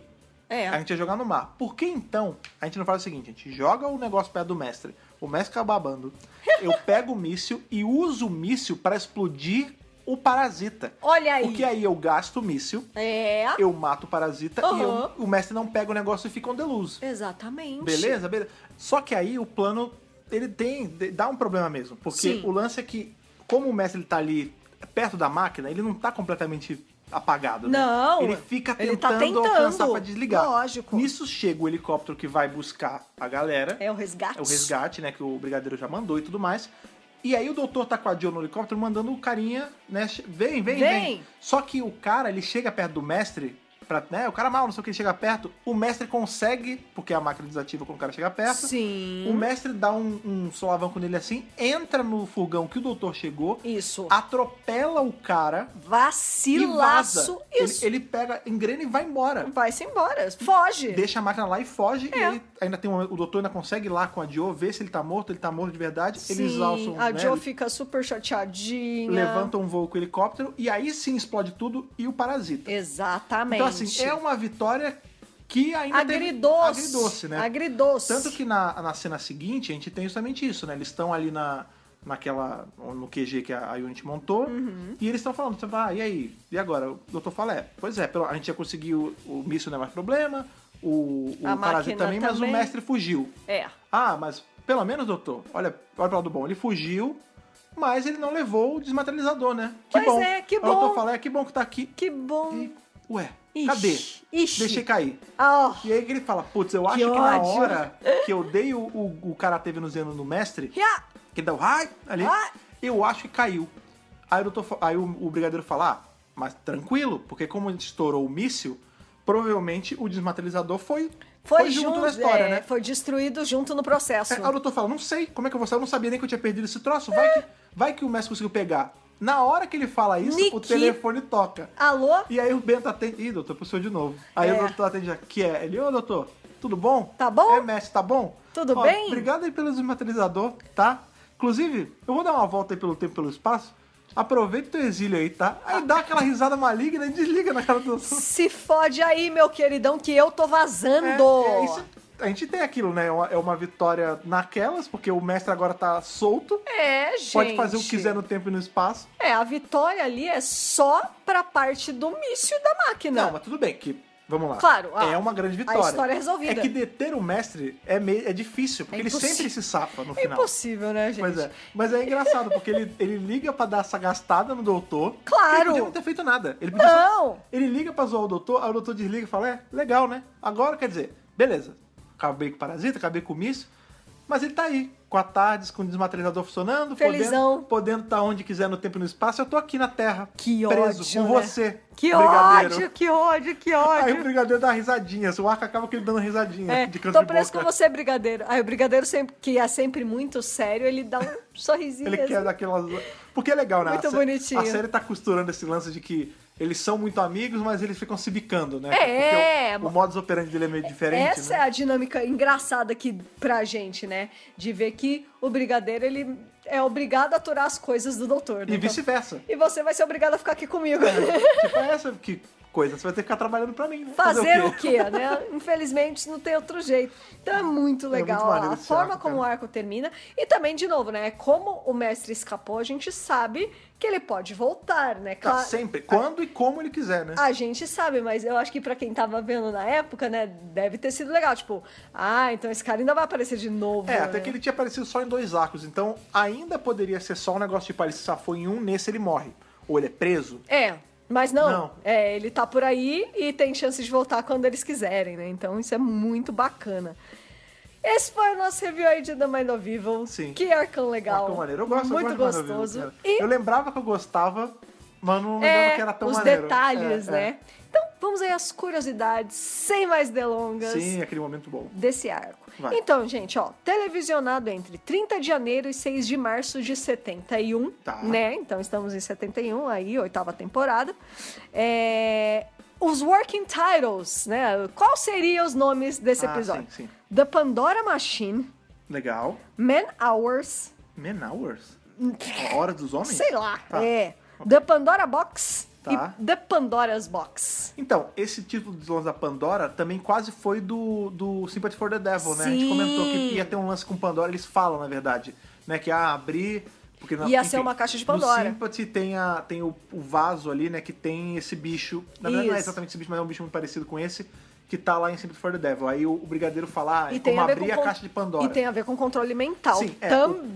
S3: A
S4: É.
S3: gente ia jogar no mar. Por que então a gente não faz o seguinte? A gente joga o negócio perto do mestre, o mestre fica babando, eu pego o míssil e uso o míssil pra explodir o parasita.
S4: Olha aí.
S3: Porque aí eu gasto o míssil,
S4: É.
S3: eu mato o parasita e eu-
S4: Aham.
S3: o mestre não pega o negócio e fica um on the loose.
S4: Exatamente.
S3: Beleza? Beleza. Só que aí o plano, ele tem, de- dá um problema mesmo. Porque
S4: Sim.
S3: o lance é que, como o mestre ele tá ali perto da máquina, ele não tá completamente apagado, né?
S4: Não,
S3: Ele fica tentando,
S4: ele tá tentando,
S3: alcançar pra desligar.
S4: lógico.
S3: Nisso chega o helicóptero que vai buscar a galera.
S4: É o resgate.
S3: É o resgate, né? Que o brigadeiro já mandou e tudo mais. E aí o doutor tá com a Jill no helicóptero mandando o carinha, né? che- Vem, vem, vem.
S4: Vem.
S3: Só que o cara, ele chega perto do mestre, pra, né? O cara mal, não sei o que, ele chega perto. O mestre consegue, porque a máquina desativa quando o cara chega perto.
S4: Sim.
S3: O mestre dá um, um solavanco nele assim, entra no fogão que o doutor chegou,
S4: Isso.
S3: atropela o cara e vaza.
S4: Vacilaço.
S3: Ele,
S4: Isso.
S3: ele pega, engrena e vai embora
S4: Vai-se embora. Foge.
S3: deixa a máquina lá e foge. E
S4: É.
S3: ele ainda tem um- o doutor ainda consegue ir lá com a Joe, ver se ele tá morto, ele tá morto de verdade.
S4: Sim,
S3: Eles alçam,
S4: a
S3: né,
S4: Joe fica super chateadinha.
S3: levantam um voo com o helicóptero e aí sim explode tudo e o parasita.
S4: Exatamente.
S3: Então assim, é uma vitória que ainda
S4: agridoce.
S3: teve... Agridoce, né?
S4: Agridoce.
S3: Tanto que na, na cena seguinte a gente tem justamente isso, né? Eles estão ali na, naquela. no QG que a, a Unity montou.
S4: Uhum.
S3: E eles estão falando, você fala, ah, e aí? E agora? O doutor fala, é, pois é, pelo- a gente já conseguiu o míssil não é mais problema, o, o
S4: A
S3: parasita
S4: máquina
S3: também, mas o
S4: também.
S3: mestre fugiu.
S4: É.
S3: Ah, mas pelo menos, doutor, olha, olha pro lado bom, ele fugiu, mas ele não levou o desmaterializador, né? Que
S4: Pois
S3: bom.
S4: é, que
S3: O
S4: bom.
S3: doutor fala, é, que bom que tá aqui.
S4: Que bom.
S3: E, ué,
S4: Ixi,
S3: cadê?
S4: ixi.
S3: Deixei cair.
S4: Ah, ó.
S3: E aí que ele fala, putz, eu acho que,
S4: Que
S3: na
S4: ódio.
S3: hora que eu dei o, o, o karatê venusiano no mestre,
S4: Yeah.
S3: que ele dá o ai ali,
S4: Ai.
S3: eu acho que caiu. Aí, o doutor fa- aí o, o brigadeiro fala, ah, mas tranquilo, porque como a gente estourou o míssil, provavelmente o desmaterializador foi,
S4: Foi,
S3: junto,
S4: junto
S3: na história,
S4: é,
S3: né?
S4: Foi destruído junto no processo.
S3: É, aí o doutor fala, não sei, como é que eu vou saber? Eu não sabia nem que eu tinha perdido esse troço, vai, que, vai que o mestre conseguiu pegar. Na hora que ele fala isso, o
S4: Niki.
S3: telefone toca.
S4: Alô?
S3: E aí o Bento atende. Ih, doutor, pro senhor de novo. Aí
S4: É.
S3: o doutor atende já. Que é? Ele, ô doutor, tudo bom?
S4: Tá bom?
S3: É, mestre, tá bom?
S4: Tudo
S3: Ó,
S4: bem?
S3: Obrigado aí pelo desmaterializador, tá? Inclusive, eu vou dar uma volta aí pelo tempo e pelo espaço. Aproveita o teu exílio aí, tá? Aí dá aquela risada maligna e desliga na cara do doutor.
S4: Se fode aí, meu queridão, que eu tô
S3: É,
S4: vazando.
S3: é isso. a gente tem aquilo, né? É uma- É uma vitória naquelas, porque o mestre agora tá solto.
S4: É, gente.
S3: Pode fazer o que quiser no tempo e no espaço.
S4: É, a vitória ali é só pra parte do míssil da máquina.
S3: Não, mas tudo bem, que. Vamos lá.
S4: Tá. Claro, a-
S3: é uma grande vitória.
S4: história é resolvida.
S3: É que deter o mestre é, meio, é difícil, porque
S4: É
S3: ele
S4: impossi-
S3: sempre se safa no
S4: é
S3: final.
S4: impossível, né, gente?
S3: Pois é. Mas é engraçado, porque ele, ele liga pra dar essa gastada no doutor.
S4: Claro.
S3: Ele podia não ter feito nada. Ele podia só-
S4: Não!
S3: Ele liga pra zoar o doutor, aí o doutor desliga e fala: É, legal, né? Agora quer dizer, beleza, acabei com o parasita, acabei com o míssil, mas ele tá aí, com a tardes, com o desmaterializador funcionando,
S4: Felizão.
S3: podendo podendo tá onde quiser no tempo e no espaço, eu tô aqui na Terra.
S4: Que
S3: preso
S4: ódio,
S3: com
S4: né?
S3: você.
S4: Que
S3: brigadeiro.
S4: ódio, que ódio, que
S3: Aí o
S4: ódio.
S3: brigadeiro dá risadinha, o arco acaba que ele dando risadinha
S4: É,
S3: de canto
S4: tô
S3: de
S4: preso
S3: boca.
S4: com você, brigadeiro. Aí o brigadeiro, sempre, que é sempre muito sério, ele dá um sorrisinho.
S3: Ele
S4: assim.
S3: quer daquelas. Porque é legal, né?
S4: Muito
S3: A sé-
S4: bonitinho.
S3: A série tá costurando esse lance de que eles são muito amigos, mas eles ficam se bicando, né?
S4: É,
S3: Porque o, o modus operandi dele é meio diferente.
S4: Essa
S3: né?
S4: é a dinâmica engraçada aqui pra gente, né? De ver que o brigadeiro, ele é obrigado a aturar as coisas do doutor, né?
S3: E
S4: Então,
S3: vice-versa.
S4: e você vai ser obrigado a ficar aqui comigo.
S3: tipo, é essa que coisa, você vai ter que ficar trabalhando pra mim, né?
S4: Fazer o quê, né? Infelizmente não tem outro jeito. Então é muito legal
S3: muito maneiro
S4: a
S3: esse
S4: forma
S3: arco,
S4: como o
S3: cara.
S4: arco termina. E também, de novo, né? Como o mestre escapou, a gente sabe que ele pode voltar, né?
S3: Tá,
S4: Claro-
S3: sempre, quando e como ele quiser, né?
S4: A gente sabe, mas eu acho que pra quem tava vendo na época, né, deve ter sido legal. Tipo, ah, então esse cara ainda vai aparecer de novo.
S3: É,
S4: né?
S3: até que ele tinha aparecido só em dois arcos, então ainda poderia ser só um negócio tipo, ah, ele se safou em um, nesse ele morre. Ou ele é preso.
S4: É, mas não.
S3: Não.
S4: É, ele tá por aí e tem chance de voltar quando eles quiserem, né? Então isso é muito bacana. Esse foi o nosso review aí de The Mind of Evil.
S3: Sim.
S4: Que arcão legal.
S3: Marcou maneiro. Eu gosto, eu
S4: Muito
S3: gosto de Maravilha,
S4: gostoso.
S3: cara.
S4: E
S3: Eu lembrava que eu gostava, mas não lembrava
S4: é,
S3: que era tão
S4: os
S3: maneiro.
S4: detalhes,
S3: É,
S4: né?
S3: é.
S4: Então vamos aí às curiosidades, sem mais delongas.
S3: é. Sim, aquele momento bom.
S4: desse arco.
S3: Vai.
S4: Então, gente, ó, televisionado entre 30 de janeiro e 6 de março de 71,
S3: Tá.
S4: né? Então estamos em 71 aí, oitava temporada. É, Os working titles, né? Qual seriam os nomes desse
S3: Ah,
S4: episódio?
S3: sim, sim.
S4: The Pandora Machine,
S3: Legal.
S4: Man Hours,
S3: Man Hours? A Hora dos Homens?
S4: sei lá,
S3: é Tá.
S4: é. The Pandora Box
S3: Tá.
S4: e The Pandora's Box.
S3: Então, esse título dos Longe da Pandora também quase foi do, do Sympathy for the Devil, né? A gente
S4: Sim.
S3: comentou que ia ter um lance com Pandora, eles falam, na verdade, né? Que ah, abrir. Porque na,
S4: Ia ser uma caixa de Pandora.
S3: No Sympathy tem, a, tem o, o vaso ali, né? Que tem esse bicho. Na verdade, não é
S4: Isso.
S3: exatamente esse bicho, mas é um bicho muito parecido com esse. Que tá lá em Sympathy for the Devil. Aí o, o brigadeiro fala, ah, é
S4: E
S3: como
S4: tem a ver
S3: abrir
S4: com
S3: a
S4: con-
S3: caixa de Pandora.
S4: E tem a ver com controle mental
S3: é,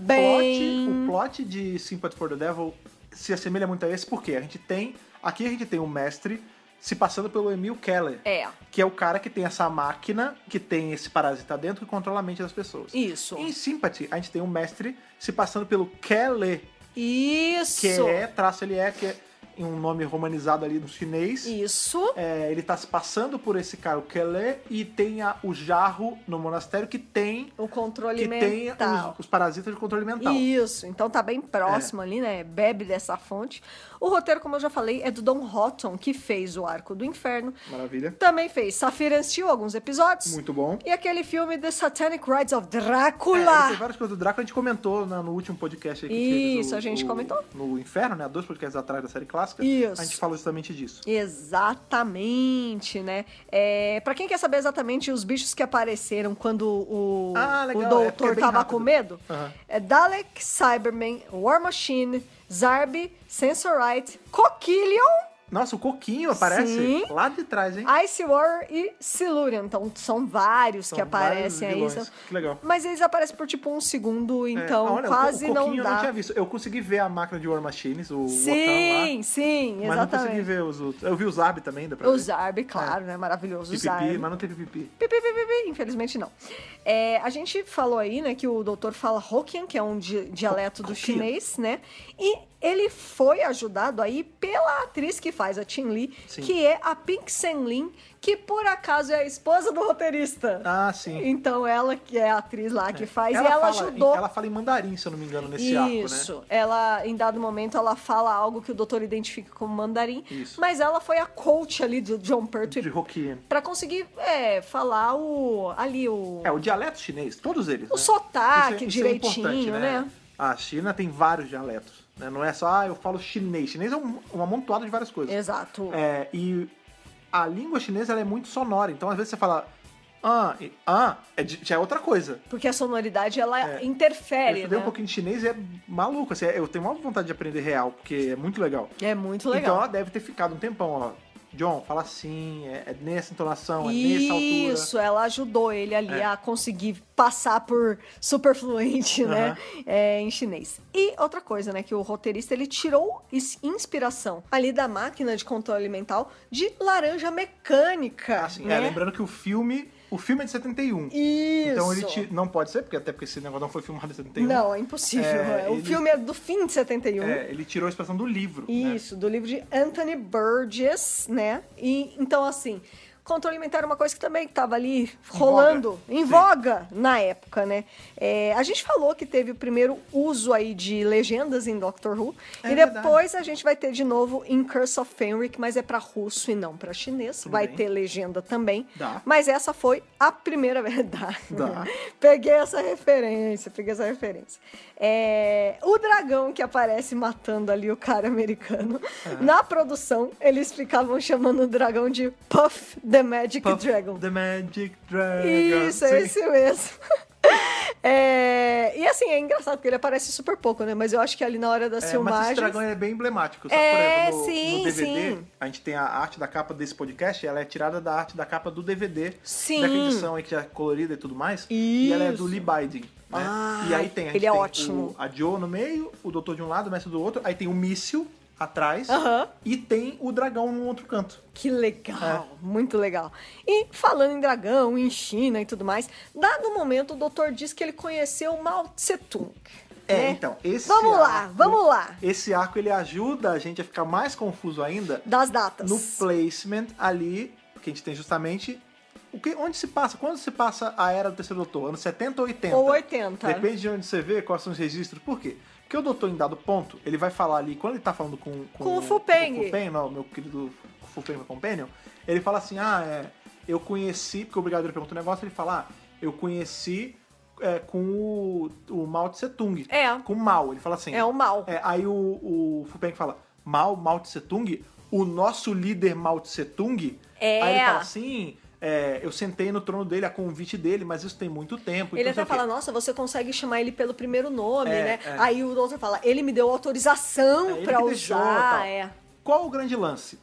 S4: também.
S3: O plot, o plot de Sympathy for the Devil se assemelha muito a esse, porque a gente tem. Aqui a gente tem o mestre se passando pelo Emil Keller.
S4: É.
S3: Que é o cara que tem essa máquina, que tem esse parasita dentro e controla a mente das pessoas.
S4: Isso.
S3: Em Sympathy, a gente tem o mestre se passando pelo Keller,
S4: Isso.
S3: que é traço ele é, que é um nome romanizado ali no chinês.
S4: Isso.
S3: É, ele tá se passando por esse cara, o Keller, e tem a- o jarro no monastério que tem
S4: O controle
S3: que tem
S4: mental.
S3: os, os parasitas de controle mental. É.
S4: Isso, então tá bem próximo ali, né? Bebe dessa fonte. O roteiro, como eu já falei, é do Don Houghton, que fez o Arco do Inferno.
S3: Maravilha.
S4: Também fez Safiran Steel, alguns episódios.
S3: Muito bom.
S4: E aquele filme The Satanic Rites of
S3: É,
S4: Drácula.
S3: tem várias coisas do Drácula, a gente comentou na- no último podcast aí que
S4: Isso,
S3: fez o-
S4: a gente
S3: o-
S4: comentou.
S3: No Inferno, né? Há dois podcasts atrás da série clássica.
S4: Isso.
S3: A gente falou justamente disso.
S4: Exatamente, né? É, para quem quer saber exatamente os bichos que apareceram quando o,
S3: Ah, legal,
S4: o
S3: é,
S4: doutor
S3: porque é bem
S4: tava
S3: rápido.
S4: com medo,
S3: Aham.
S4: é Dalek, Cyberman, War Machine, Zarb, Sensorite, Coquillion,
S3: Nossa, o Coquinho aparece
S4: Sim.
S3: lá de trás, hein?
S4: Ice War e Silurian. Então são vários
S3: São
S4: que
S3: vários
S4: aparecem aí.
S3: vilões.
S4: são-
S3: Que legal.
S4: Mas eles aparecem por tipo um segundo,
S3: É,
S4: então
S3: olha, o Co-
S4: quase
S3: o
S4: não
S3: Coquinho eu
S4: dá.
S3: não tinha visto. Eu consegui ver a máquina de War Machines, o botão
S4: sim,
S3: lá.
S4: sim,
S3: Mas não consegui
S4: exatamente.
S3: ver os outros. Eu vi os Arb também, dá pra
S4: O
S3: ver. É.
S4: Zarb, claro, né? Maravilhoso. o
S3: E
S4: Zarb.
S3: pipi, mas não teve pipi.
S4: Pi, pi, pi, pi, pi. Infelizmente não. É, a gente falou aí, né, que o doutor fala Hokkien, que é um di- dialeto do
S3: Hokkien.
S4: chinês, né? E ele foi ajudado aí pela atriz que faz a Chin Lee,
S3: Sim.
S4: que é a Pink Sen Lin, que por acaso é a esposa do roteirista.
S3: Ah, sim.
S4: Então ela que é a atriz lá que faz e ela
S3: fala-
S4: ajudou.
S3: Ela fala em mandarim, se eu não me engano, nesse arco, né?
S4: Isso. Ela, em dado momento, ela fala algo que o doutor identifica como mandarim.
S3: Isso.
S4: Mas ela foi a coach ali do John Pertwee
S3: De Hokkien.
S4: Pra conseguir é, falar o ali o
S3: É, o dialeto chinês, todos eles.
S4: O
S3: né? Isso é- isso
S4: sotaque
S3: é
S4: direitinho,
S3: importante,
S4: né?
S3: A China tem vários dialetos. Né? Não é só, ah, eu falo chinês. Chinês é um, um amontoado de várias coisas.
S4: exato.
S3: É, e a língua chinesa ela é muito sonora. Então, às vezes, você fala. ah, e ah, é, de- já é outra coisa.
S4: Porque a sonoridade, ela
S3: É. Eu
S4: interfere,
S3: estudei
S4: né?
S3: um pouquinho de chinês e é maluco. Assim, eu tenho uma vontade de aprender real, porque é muito legal.
S4: É muito
S3: Então
S4: legal.
S3: ela deve ter ficado um tempão, ó. John, fala assim, é, é nessa entonação, é nessa altura. É.
S4: Isso, ela ajudou ele ali a conseguir passar por super fluente, né, é, em chinês. E outra coisa, né, que o roteirista ele tirou is- inspiração ali da máquina de controle mental de laranja mecânica,
S3: Assim,
S4: né?
S3: é, lembrando que o filme. O filme é de 71.
S4: Isso.
S3: Então ele ti- não pode ser, porque até porque esse negócio não foi filmado em 71.
S4: Não, é impossível.
S3: É,
S4: né? O
S3: ele-
S4: filme é do fim de 71.
S3: É, ele tirou a expressão do livro. né?
S4: Isso, do livro de Anthony Burgess, né? E então assim, controle mental era uma coisa que também estava ali rolando
S3: voga.
S4: em
S3: Sim.
S4: voga na época, né? É, a gente falou que teve o primeiro uso aí de legendas em Doctor Who
S3: É
S4: e
S3: verdade.
S4: depois a gente vai ter de novo em Curse of Fenric, mas é para russo e não para chinês. vai
S3: bem.
S4: ter legenda também.
S3: Dá.
S4: Mas essa foi a primeira verdade.
S3: Dá.
S4: peguei essa referência, peguei essa referência. É, o dragão que aparece matando ali o cara americano.
S3: É.
S4: Na produção, eles ficavam chamando o dragão de Puff the Magic
S3: Puff
S4: Dragon.
S3: The Magic Dragon.
S4: Isso, é
S3: Sim.
S4: esse mesmo. É, e assim, é engraçado porque ele aparece super pouco, né? Mas eu acho que ali na hora das
S3: É, mas esse
S4: filmagens.
S3: dragão é bem emblemático. Só,
S4: É,
S3: por exemplo, no,
S4: sim,
S3: no DVD,
S4: sim.
S3: a gente tem a arte da capa desse podcast, ela é tirada da arte da capa do DVD.
S4: Sim.
S3: Daquela edição aí que já é colorida e tudo mais. E ela é do
S4: Isso.
S3: Lee Biden. Né?
S4: Ah,
S3: e aí tem, a gente
S4: ele é
S3: tem O,
S4: ótimo.
S3: a Joe no meio, o doutor de um lado, o mestre do outro. Aí tem o míssil atrás.
S4: Aham.
S3: E tem o dragão no outro canto.
S4: Que legal,
S3: É.
S4: muito legal. E falando em dragão, em China e tudo mais, dado o momento, o doutor diz que ele conheceu Mao Tse Tung.
S3: É,
S4: né?
S3: então, esse
S4: Vamos lá,
S3: arco-
S4: vamos lá.
S3: Esse arco, ele ajuda a gente a ficar mais confuso ainda
S4: Das datas.
S3: no placement ali, que a gente tem justamente. O que, onde se passa? Quando se passa a era do terceiro doutor? Anos 70 ou 80?
S4: Ou né? 80.
S3: Depende de onde você vê, quais são os registros. Por quê? Porque o doutor, em dado ponto, ele vai falar ali, quando ele tá falando com,
S4: Com o Fupeng.
S3: com o Fupeng, não, meu querido Fupeng, meu companion, ele fala assim: ah, é, eu conheci, porque o brigadeiro pergunta um negócio, ele fala: ah, eu conheci é, com o, o Mao Tse Tung.
S4: É.
S3: Com o Mao. Ele fala assim:
S4: É o mal.
S3: é, aí o, o Fupeng fala, Mao, Mao Tse Tung, o nosso líder Mao Tse Tung.
S4: É.
S3: Aí ele fala assim, é, eu sentei no trono dele a convite dele, mas isso tem muito tempo. e
S4: Ele tá
S3: não sei
S4: até
S3: o quê.
S4: fala, nossa, você consegue chamar ele pelo primeiro nome,
S3: É,
S4: né?
S3: é.
S4: Aí o doutor fala, ele me deu
S3: É,
S4: autorização
S3: ele
S4: pra
S3: que
S4: usar.
S3: deixou, tal.
S4: É.
S3: Qual o grande lance?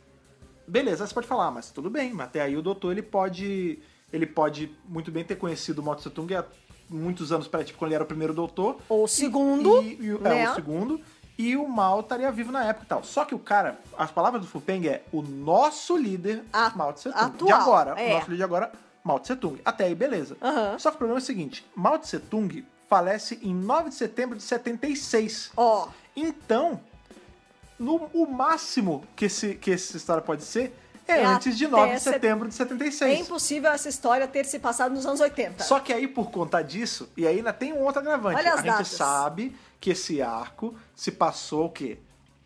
S3: Beleza, você pode falar, mas tudo bem, mas até aí o doutor ele pode. Ele pode muito bem ter conhecido o Mao Tse Tung há muitos anos para tipo, quando ele era o primeiro doutor.
S4: Ou o segundo,
S3: E, e o-
S4: né?
S3: É, o segundo. E o Mao estaria vivo na época e tal. Só que o cara, as palavras do Fupeng é o nosso líder,
S4: A-
S3: Mao Tse Tung. de
S4: atual,
S3: agora.
S4: é.
S3: O nosso líder de agora, Mao Tse Tung. Até aí, beleza.
S4: Aham.
S3: Só que o problema é o seguinte: Mao Tse Tung falece em 9 de setembro de 76.
S4: Ó,
S3: Então, no, o máximo que, esse, que essa história pode ser é,
S4: É
S3: antes de
S4: até
S3: 9 de
S4: set-
S3: setembro de 76.
S4: é impossível essa história ter se passado nos anos 80.
S3: Só que aí, por conta disso, e aí ainda tem um outro agravante.
S4: Tá. Olha as
S3: a
S4: datas.
S3: gente sabe que esse arco se passou o quê?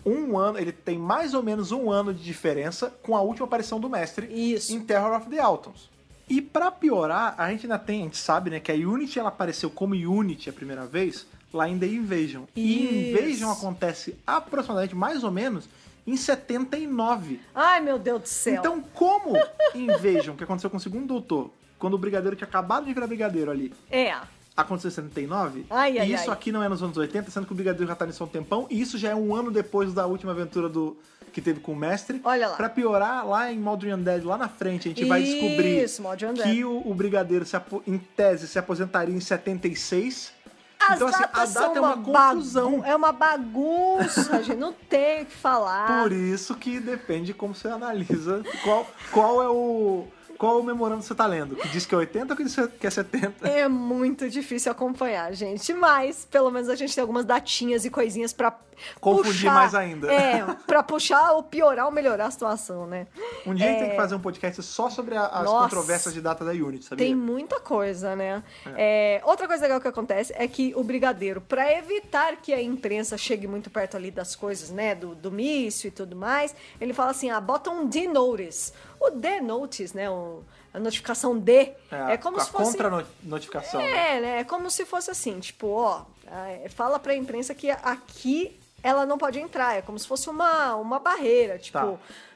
S3: Um ano, ele tem mais ou menos um ano de diferença com a última aparição do mestre
S4: Isso.
S3: em Terror of the Altons. E pra piorar, a gente ainda tem, a gente sabe, né, que a Unity ela apareceu como Unity a primeira vez lá em The Invasion. E
S4: Isso.
S3: Invasion acontece aproximadamente mais ou menos em 79.
S4: Ai, meu Deus do céu.
S3: Então, como Invasion, que aconteceu com o segundo doutor, quando o brigadeiro tinha acabado de virar brigadeiro ali,
S4: É.
S3: aconteceu em 79,
S4: Ai, ai,
S3: e isso
S4: ai.
S3: aqui não é nos anos 80, sendo que o brigadeiro já tá nisso há um tempão, e isso já é um ano depois da última aventura do que teve com o mestre.
S4: Olha lá.
S3: Pra piorar, lá em Modern Dead, lá na frente, a gente vai descobrir
S4: Isso, Modern Undead.
S3: que o, o brigadeiro, se apo- em tese, se aposentaria em 76.
S4: As
S3: então, assim, a
S4: datas são
S3: data é uma, confusão.
S4: bagun- É uma bagunça, gente. Não tem o que falar.
S3: Por isso que depende de como você analisa qual, qual é o. Qual é o memorando que você tá lendo? Que diz que é 80 ou que diz que é 70?
S4: É muito difícil acompanhar, gente. Mas, pelo menos, a gente tem algumas datinhas e coisinhas pra
S3: Confundir
S4: puxar-
S3: mais ainda.
S4: É, pra puxar ou piorar ou melhorar a situação, né?
S3: Um dia a gente tem que fazer um podcast só sobre a- as
S4: Nossa.
S3: controvérsias de data da Unity, sabia?
S4: Tem muita coisa, né? É, outra coisa legal que acontece é que o brigadeiro, pra evitar que a imprensa chegue muito perto ali das coisas, né? Do, do míssil e tudo mais, ele fala assim: ah, bota um D-Notice. O D-Notice, né? o- a notificação D. É, como
S3: a
S4: se fosse.
S3: contra-notificação.
S4: É, né? É como se fosse assim, tipo, ó, é, fala pra imprensa que aqui ela não pode entrar. É como se fosse uma, uma barreira, tipo.
S3: Tá.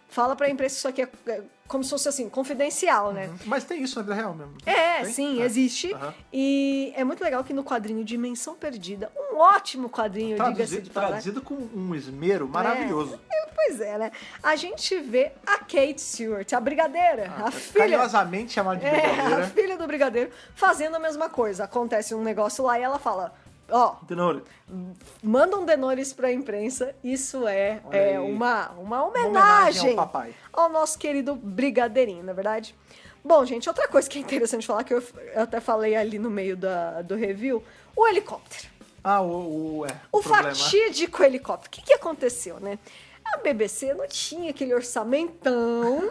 S4: Fala pra imprensa que isso aqui é é como se fosse assim, confidencial, né?
S3: Mas tem isso na vida real mesmo.
S4: É,
S3: Tem?
S4: sim,
S3: É.
S4: existe.
S3: Uhum. Aham.
S4: E é muito legal que no quadrinho Dimensão Perdida, um ótimo quadrinho, diga-se assim
S3: Traduzido,
S4: de passagem. né?
S3: traduzido com um esmero maravilhoso.
S4: É, pois é, né? A gente vê a Kate Stewart, a brigadeira,
S3: Ah,
S4: a filha.
S3: É Carinhosamente chamada de
S4: É, a
S3: brigadeira.
S4: filha do brigadeiro, fazendo a mesma coisa. Acontece um negócio lá e ela fala: Ó,
S3: De novo,
S4: manda um Denoris pra imprensa. Isso é,
S3: Olha
S4: é
S3: aí.
S4: uma, uma homenagem,
S3: homenagem ao papai.
S4: ao nosso querido brigadeirinho, na é verdade? Bom, gente, outra coisa que é interessante falar, que eu, eu até falei ali no meio da, do review: o helicóptero.
S3: Ah, o, o, é,
S4: O
S3: problema.
S4: fatídico helicóptero. O que, que aconteceu, né? A BBC não tinha aquele orçamentão.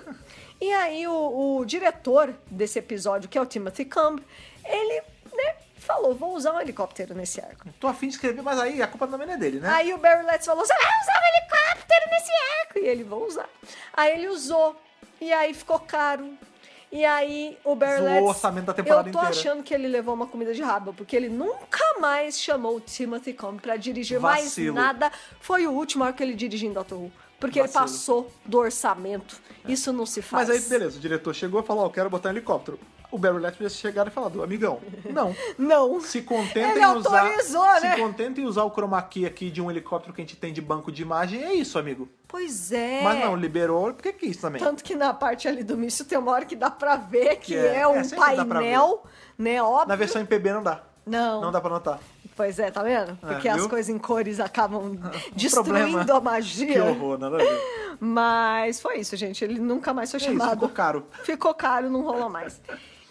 S4: e aí o, o diretor desse episódio, que é o Timothy Cumb, ele né, falou, vou usar um helicóptero nesse arco.
S3: Tô afim de escrever, mas aí a culpa também é dele, né?
S4: Aí o Barry Letts falou, você vai usar um helicóptero nesse arco. E ele, vou usar. Aí ele usou. E aí ficou caro. E aí o Barry
S3: Zoou o
S4: Letts...
S3: orçamento da temporada
S4: Eu tô
S3: inteira.
S4: achando que ele levou uma comida de rabo, porque ele nunca mais chamou o Timothy Combe pra dirigir
S3: Vacilo.
S4: mais nada. Foi o último arco que ele dirigiu em Doctor Who. Porque
S3: Vacilo. É.
S4: ele passou do orçamento. Isso não se faz.
S3: mas aí, beleza, o diretor chegou e falou, ó, eu quero botar um helicóptero. O Barry Letts podia chegar e falar, do amigão, não.
S4: Não.
S3: Se contenta
S4: Ele
S3: em usar.
S4: autorizou, né?
S3: Se contenta em usar o chroma key aqui de um helicóptero que a gente tem de banco de imagem, é isso, amigo.
S4: Pois é.
S3: Mas não, liberou porque quis é também.
S4: Tanto que na parte ali do míssil tem uma hora que dá pra ver que,
S3: Que
S4: é,
S3: é- é,
S4: um
S3: sempre dá pra
S4: painel, né? Óbvio.
S3: Na versão em PB não dá.
S4: Não.
S3: Não dá pra notar.
S4: Pois é, tá vendo? Porque as
S3: viu? Ah, um
S4: coisas em cores acabam destruindo
S3: problema.
S4: a
S3: Que
S4: magia.
S3: horror, nada a ver.
S4: Mas foi isso, gente. Ele nunca mais foi
S3: É isso,
S4: chamado.
S3: ficou caro.
S4: Ficou caro, não rolou mais.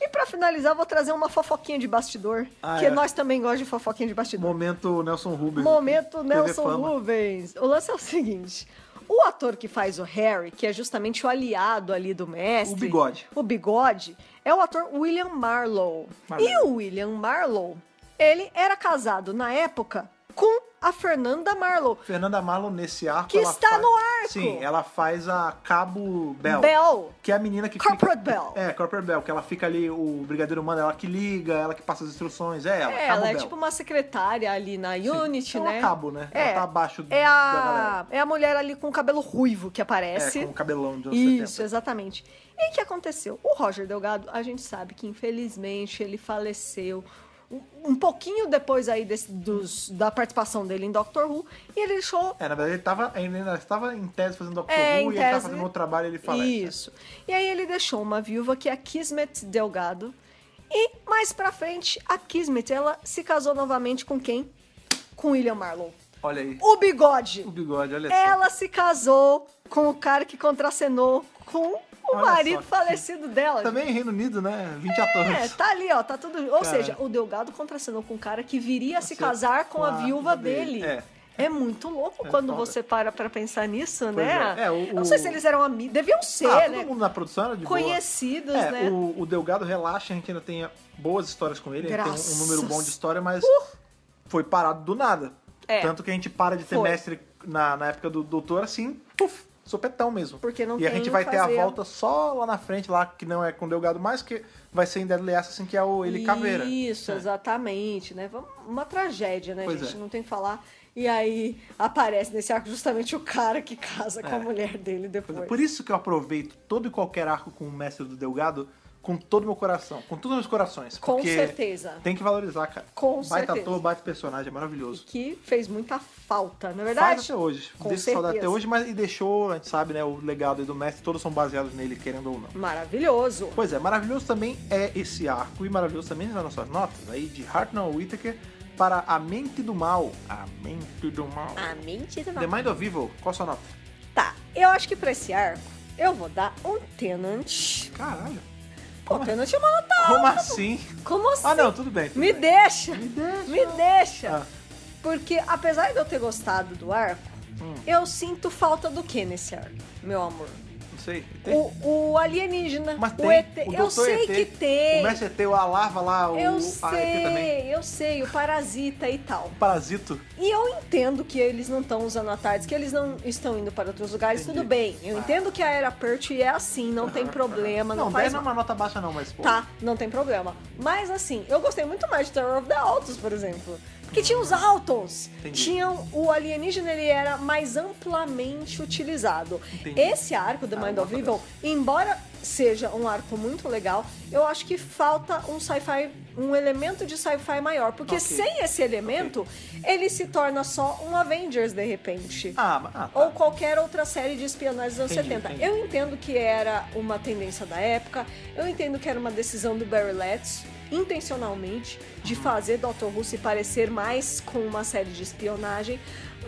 S4: E pra finalizar, eu vou trazer uma fofoquinha de bastidor,
S3: Ah,
S4: que
S3: é.
S4: nós também gostamos de fofoquinha de bastidor.
S3: Momento Nelson Rubens.
S4: Momento
S3: TV
S4: Nelson
S3: Fama.
S4: Rubens. O lance é o seguinte: o ator que faz o Harry, que é justamente o aliado ali do mestre.
S3: O bigode.
S4: O bigode é o ator William Marlowe.
S3: Marlowe.
S4: E o William Marlowe, ele era casado na época com a Fernanda Marlowe.
S3: Fernanda Marlon nesse arco.
S4: Que
S3: ela
S4: está
S3: faz-
S4: no arco.
S3: Sim, ela faz a Cabo Bell.
S4: Bell.
S3: Que é a menina que
S4: Corporate
S3: fica...
S4: Bell.
S3: É, Corporate Bell, que ela fica ali, o Brigadeiro Manda, ela que liga, ela que passa as instruções, é ela,
S4: É,
S3: Cabo
S4: ela é
S3: Bell.
S4: tipo uma secretária ali na Unity,
S3: Ela é
S4: né?
S3: um cabo, né? Ela tá abaixo
S4: é
S3: da
S4: a,
S3: galera.
S4: é a mulher ali com o cabelo ruivo que aparece.
S3: É, com o cabelão de anos
S4: Isso,
S3: 70.
S4: exatamente. E o que aconteceu? O Roger Delgado, a gente sabe que infelizmente ele faleceu um, um pouquinho depois aí desse- dos, da participação dele em Doctor Who e ele deixou
S3: É, na verdade, ele, tava, ele ainda estava em tese fazendo Doctor
S4: É,
S3: Who
S4: em
S3: e ele
S4: tese-
S3: tava fazendo outro trabalho e ele "É, falece.
S4: Isso. E aí ele deixou uma viúva que é a Kismet Delgado. E mais pra frente, a Kismet, ela se casou novamente com quem? Com William Marlowe.
S3: Olha aí,
S4: O bigode.
S3: o bigode, olha só.
S4: Ela se casou com o cara que contracenou com o
S3: Olha
S4: marido
S3: só que- Tá
S4: falecido dela.
S3: Também Reino Unido, né? 20
S4: É,
S3: atores.
S4: tá ali, ó, tá tudo. Ou
S3: Cara.
S4: seja, o Delgado contracenou com um cara que viria a se
S3: Você-
S4: casar com a viúva dele.
S3: É.
S4: É muito louco quando
S3: foda.
S4: você para pra pensar nisso, né?
S3: é. É, o-
S4: Eu não sei se
S3: o-
S4: eles eram amigos. Deviam ser,
S3: Ah, todo
S4: né?
S3: mundo na produção era de boa.
S4: Conhecidos,
S3: É,
S4: né?
S3: O, o Delgado relaxa, a gente ainda tem boas histórias com ele, a gente tem um- um
S4: Graças. Uh!
S3: número bom de história, mas foi parado do nada.
S4: É.
S3: Tanto que a gente para de ter
S4: Foi.
S3: mestre na, na época do doutor assim, puf, sopetão mesmo.
S4: Porque não
S3: e a
S4: tem
S3: gente vai ter
S4: fazer-
S3: a volta só lá na frente, lá que não é com o Delgado mais, que vai ser em Deadly Assassin, que é o ele caveira.
S4: Isso,
S3: É.
S4: exatamente, né? Vamos- Uma tragédia, né,
S3: Pois
S4: gente?
S3: é.
S4: Não tem o que falar. E aí aparece nesse arco justamente o cara que casa com
S3: É.
S4: a mulher dele depois.
S3: Por isso que eu aproveito todo e qualquer arco com o mestre do Delgado com todo o meu coração, com todos os meus corações.
S4: Com
S3: porque
S4: certeza.
S3: Tem que valorizar, cara.
S4: Com
S3: baita
S4: certeza.
S3: ator, baita personagem, é maravilhoso.
S4: Que fez muita falta, na verdade.
S3: Faz até hoje.
S4: Com
S3: Deixa saudade até
S4: certeza.
S3: hoje, mas e deixou, a gente sabe, né, o legado aí do mestre, todos são baseados nele, querendo ou não.
S4: Maravilhoso.
S3: Pois é, maravilhoso também é esse arco, e maravilhoso também são as nossas notas aí de Hartnell Whittaker para A Mente do Mal. A Mente do Mal.
S4: Ah, mentira,
S3: The Mind of Evil, qual a sua nota?
S4: Tá, eu acho que pra esse arco eu vou dar um Tenant.
S3: Caralho,
S4: Pô, Tenant é uma nota
S3: como
S4: alta.
S3: assim?
S4: Como assim?
S3: Ah não, tudo bem. tudo
S4: Me
S3: bem.
S4: deixa!
S3: Me deixa.
S4: Me deixa!
S3: Ah.
S4: Porque
S3: Hum.
S4: apesar de eu ter gostado do arco, eu sinto falta do que nesse arco, meu amor?
S3: Não sei. Tem?
S4: O, o alienígena,
S3: Mas tem.
S4: o ET.
S3: o
S4: eu
S3: Dr.
S4: sei
S3: ET,
S4: que tem.
S3: O Mestre ET, a larva lá, o a
S4: eu
S3: ET também.
S4: sei, eu sei, o parasita e tal.
S3: Parasito.
S4: E eu entendo que eles não estão usando atardes, que eles não estão indo para outros lugares,
S3: Entendi. Tá.
S4: tudo bem. Eu entendo que a era Perth é assim, não tem problema, não,
S3: Não, 10
S4: faz
S3: não é uma nota baixa não, mas pô.
S4: Tá, não tem problema. Mas assim, eu gostei muito mais de Terror of the Altos, por exemplo. Porque tinha os Altons.
S3: Entendi.
S4: Tinham. O alienígena ele era mais amplamente utilizado.
S3: Entendi.
S4: Esse arco do
S3: Ah,
S4: Mind
S3: não
S4: of Evil, embora seja um arco muito legal, eu acho que falta um sci-fi, um elemento de sci-fi maior. Porque
S3: Ok.
S4: sem esse elemento, ele se torna só um Avengers de repente
S3: Ah, mas- ah, tá.
S4: ou qualquer outra série de espionagem dos anos
S3: Entendi,
S4: 70.
S3: entendi.
S4: Eu entendo que era uma tendência da época, eu entendo que era uma decisão do Barry Letts, intencionalmente, de
S3: Uhum.
S4: fazer Doctor Who se parecer mais com uma série de espionagem,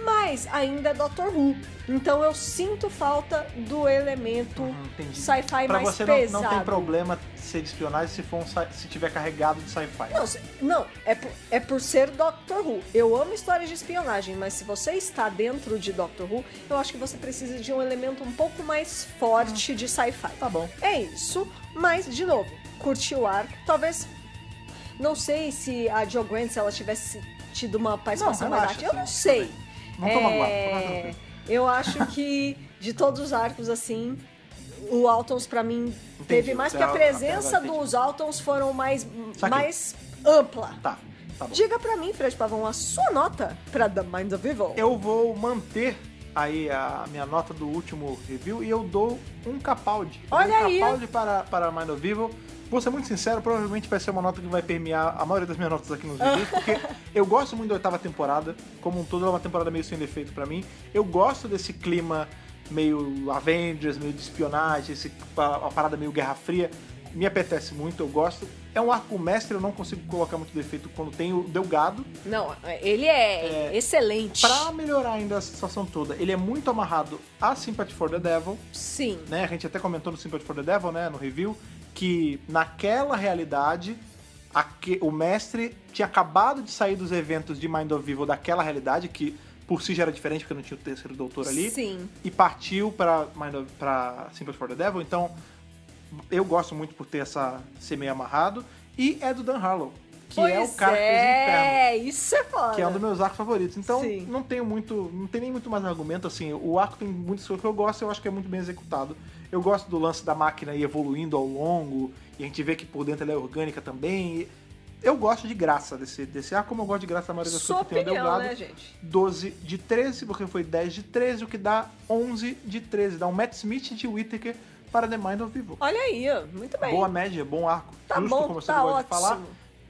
S4: mas ainda é Doctor Who. Então eu sinto falta do elemento
S3: Uhum, entendi.
S4: sci-fi
S3: pra
S4: mais
S3: você não,
S4: pesado.
S3: não tem problema ser de espionagem se, for um sci- se tiver carregado de sci-fi.
S4: Não, se- não, é por, é por ser Doctor Who. Eu amo histórias de espionagem, mas se você está dentro de Doctor Who, eu acho que você precisa de um elemento um pouco mais forte de sci-fi.
S3: Tá bom.
S4: É isso, mas, de novo, curti o arco. Talvez. Não sei se a Jo Grant, se ela tivesse tido uma participação
S3: Não, relaxa,
S4: mais ativa, eu não
S3: tudo
S4: sei.
S3: bem. um Não tô magoado, tô magoado,
S4: é...
S3: tranquilo.
S4: Eu acho que de todos os arcos, assim, o Altons pra mim teve
S3: Entendi,
S4: mais,
S3: até
S4: porque a
S3: agora- até
S4: presença
S3: agora,
S4: dos Altons foram mais,
S3: é Saquei.
S4: mais ampla.
S3: Tá, tá bom.
S4: Diga pra mim, Fred Pavão, a sua nota pra The Mind of Evil.
S3: Então, Eu vou manter aí a minha nota do último review e eu dou um Capaldi. Eu
S4: Olha
S3: dou um
S4: aí, ó.
S3: Capaldi para, para Mind of Evil. Vou ser muito sincero, provavelmente vai ser uma nota que vai permear a maioria das minhas notas aqui nos vídeos, porque eu gosto muito da oitava temporada, como um todo, ela é uma temporada meio sem defeito pra mim. Eu gosto desse clima meio Avengers, meio de espionagem, esse, a, a parada meio Guerra Fria. Me apetece muito, eu gosto. É um arco mestre, eu não consigo colocar muito defeito quando tem o Delgado,
S4: Não, ele é, excelente.
S3: Pra melhorar ainda a situação toda, ele é muito amarrado a Sympathy for the Devil,
S4: Sim.
S3: né? A gente até comentou no Sympathy for the Devil, né? No review, que naquela realidade, aque- o mestre tinha acabado de sair dos eventos de Mind of Evil daquela realidade, que por si já era diferente, porque não tinha o terceiro doutor ali
S4: Sim.
S3: e partiu pra, Mind of- pra Sympathy for the Devil, então eu gosto muito por ter essa ser meio amarrado. E é do Dan Harlow, que
S4: pois
S3: é o cara que fez Inferno
S4: é, isso é foda.
S3: que é um dos meus arcos favoritos. Então,
S4: Sim.
S3: não tenho muito, não tem nem muito mais argumento assim. O arco tem muitas coisas que eu gosto, e eu acho que é muito bem executado. Eu gosto do lance da máquina ir evoluindo ao longo, e a gente vê que por dentro ela é orgânica também. E Eu gosto de graça desse, desse arco, como eu gosto de graça da maioria das
S4: Sua
S3: coisas que tem o
S4: opinião,
S3: Delgado.
S4: né, gente?
S3: 12 de 13, porque foi 10 de 13, o que dá 11 de 13. Dá um Matt Smith de Whittaker para The Mind of Vivo.
S4: Olha aí, ó, muito bem.
S3: Boa média, bom arco.
S4: Tá
S3: Justo,
S4: bom,
S3: como você
S4: tá
S3: gosta de
S4: ótimo.
S3: falar.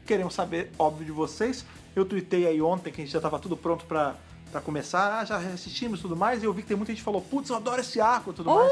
S3: Queremos saber, óbvio, de vocês. Eu tuitei aí ontem que a gente já tava tudo pronto pra, pra começar. Ah, já assistimos e tudo mais. E eu vi que tem muita gente que falou, putz, eu adoro esse arco e tudo mais.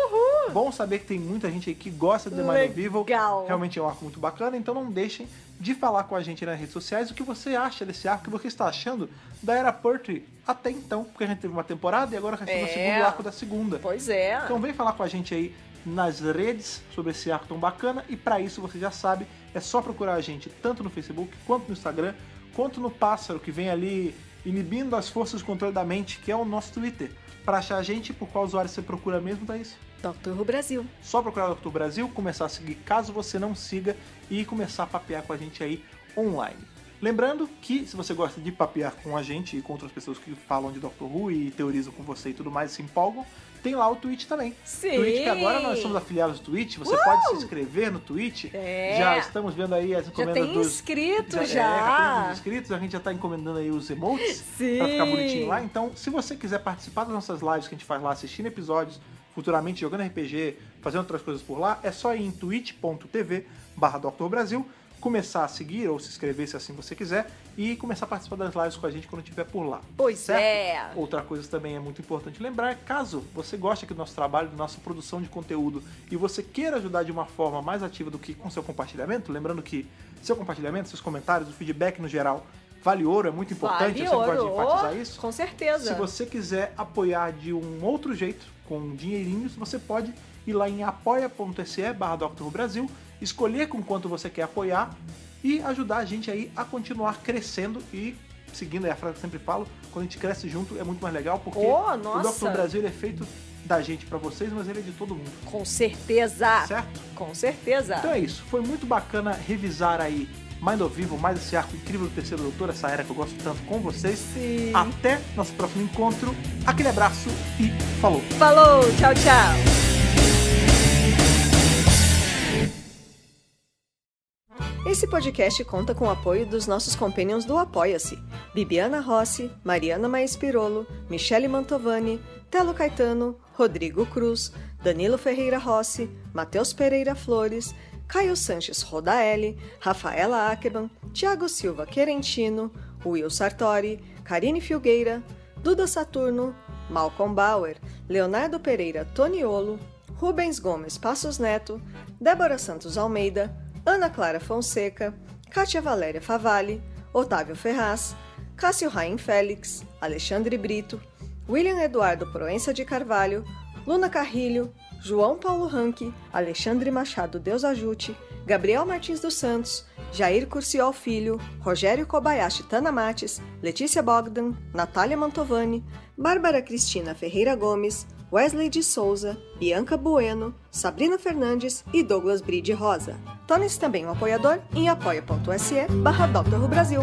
S3: Bom saber que tem muita gente aí que gosta do The Mind of Evil.
S4: Legal.
S3: Realmente é um arco muito bacana. Então não deixem de falar com a gente nas redes sociais o que você acha desse arco, o que você está achando da Era Pertwee até então. Porque a gente teve uma temporada e agora a gente
S4: É.
S3: o segundo arco da segunda.
S4: Pois é.
S3: Então vem falar com a gente aí nas redes sobre esse arco tão bacana e para isso você já sabe, é só procurar a gente tanto no Facebook quanto no Instagram, quanto no Pássaro que vem ali inibindo as forças do controle da mente, que é o nosso Twitter. Para achar a gente, por qual usuário você procura mesmo, Thaís?
S4: Doctor Who Brasil.
S3: Só procurar o Dr. Brasil, começar a seguir caso você não siga e começar a papear com a gente aí online. Lembrando que se você gosta de papear com a gente e com outras pessoas que falam de Dr. Who e teorizam com você e tudo mais, se empolgam, tem lá o Twitch também.
S4: Sim.
S3: Twitch, que agora nós somos afiliados do Twitch, você pode se inscrever no Twitch.
S4: É.
S3: Já estamos vendo aí as
S4: Já
S3: encomendas
S4: tem
S3: dos.
S4: inscrito já.
S3: é, 14 inscritos, a gente já está encomendando aí os emotes
S4: Sim.
S3: pra ficar bonitinho lá. Então, se você quiser participar das nossas lives que a gente faz lá, assistindo episódios, futuramente jogando RPG, fazendo outras coisas por lá, é só ir em twitch.tv barra Dr. Brasil, começar a seguir ou se inscrever se assim você quiser e começar a participar das lives com a gente quando estiver por lá.
S4: Pois
S3: certo?
S4: é.
S3: Outra coisa que também é muito importante lembrar, caso você goste aqui do nosso trabalho, da nossa produção de conteúdo e você queira ajudar de uma forma mais ativa do que com seu compartilhamento, lembrando que seu compartilhamento, seus comentários, o feedback no geral, vale ouro, é muito importante,
S4: Vale
S3: eu sempre gosto de
S4: ouro,
S3: enfatizar
S4: oh,
S3: isso.
S4: Com
S3: Se
S4: certeza.
S3: você quiser apoiar de um outro jeito, com dinheirinhos, você pode ir lá em apoia.se barra Dr. Who Brasil, escolher com quanto você quer apoiar e ajudar a gente aí a continuar crescendo e seguindo aí a frase que eu sempre falo, quando a gente cresce junto é muito mais legal, porque
S4: Oh,
S3: o Dr.
S4: nossa.
S3: Who Brasil ele é feito da gente pra vocês, mas ele é de todo mundo,
S4: Com certeza.
S3: certo?
S4: Com certeza.
S3: Então é isso, foi muito bacana revisar aí Mind of Vivo, mais esse arco incrível do Terceiro Doutor, essa era que eu gosto tanto com vocês.
S4: Sim.
S3: Até nosso próximo encontro, aquele abraço e falou!
S4: Falou, tchau, tchau. Esse podcast conta com o apoio dos nossos companions do Apoia-se: Bibiana Rossi, Mariana Maes Pirolo, Michele Mantovani, Telo Caetano, Rodrigo Cruz, Danilo Ferreira Rossi, Matheus Pereira Flores, Caio Sanches Rodaelli, Rafaela Ackerman, Tiago Silva Querentino, Will Sartori, Karine Filgueira, Duda Saturno, Malcolm Bauer, Leonardo Pereira Toniolo, Rubens Gomes Passos Neto, Débora Santos Almeida, Ana Clara Fonseca, Kátia Valéria Favalli, Otávio Ferraz, Cássio Raim Félix, Alexandre Brito, William Eduardo Proença de Carvalho, Luna Carrilho, João Paulo Ranque, Alexandre Machado Deus Ajute, Gabriel Martins dos Santos, Jair Curciol Filho, Rogério Kobayashi Tana Mates, Letícia Bogdan, Natália Mantovani, Bárbara Cristina Ferreira Gomes, Wesley de Souza, Bianca Bueno, Sabrina Fernandes e Douglas Bride Rosa. Torne-se também um apoiador em apoia.se barra Dr. Who Brasil.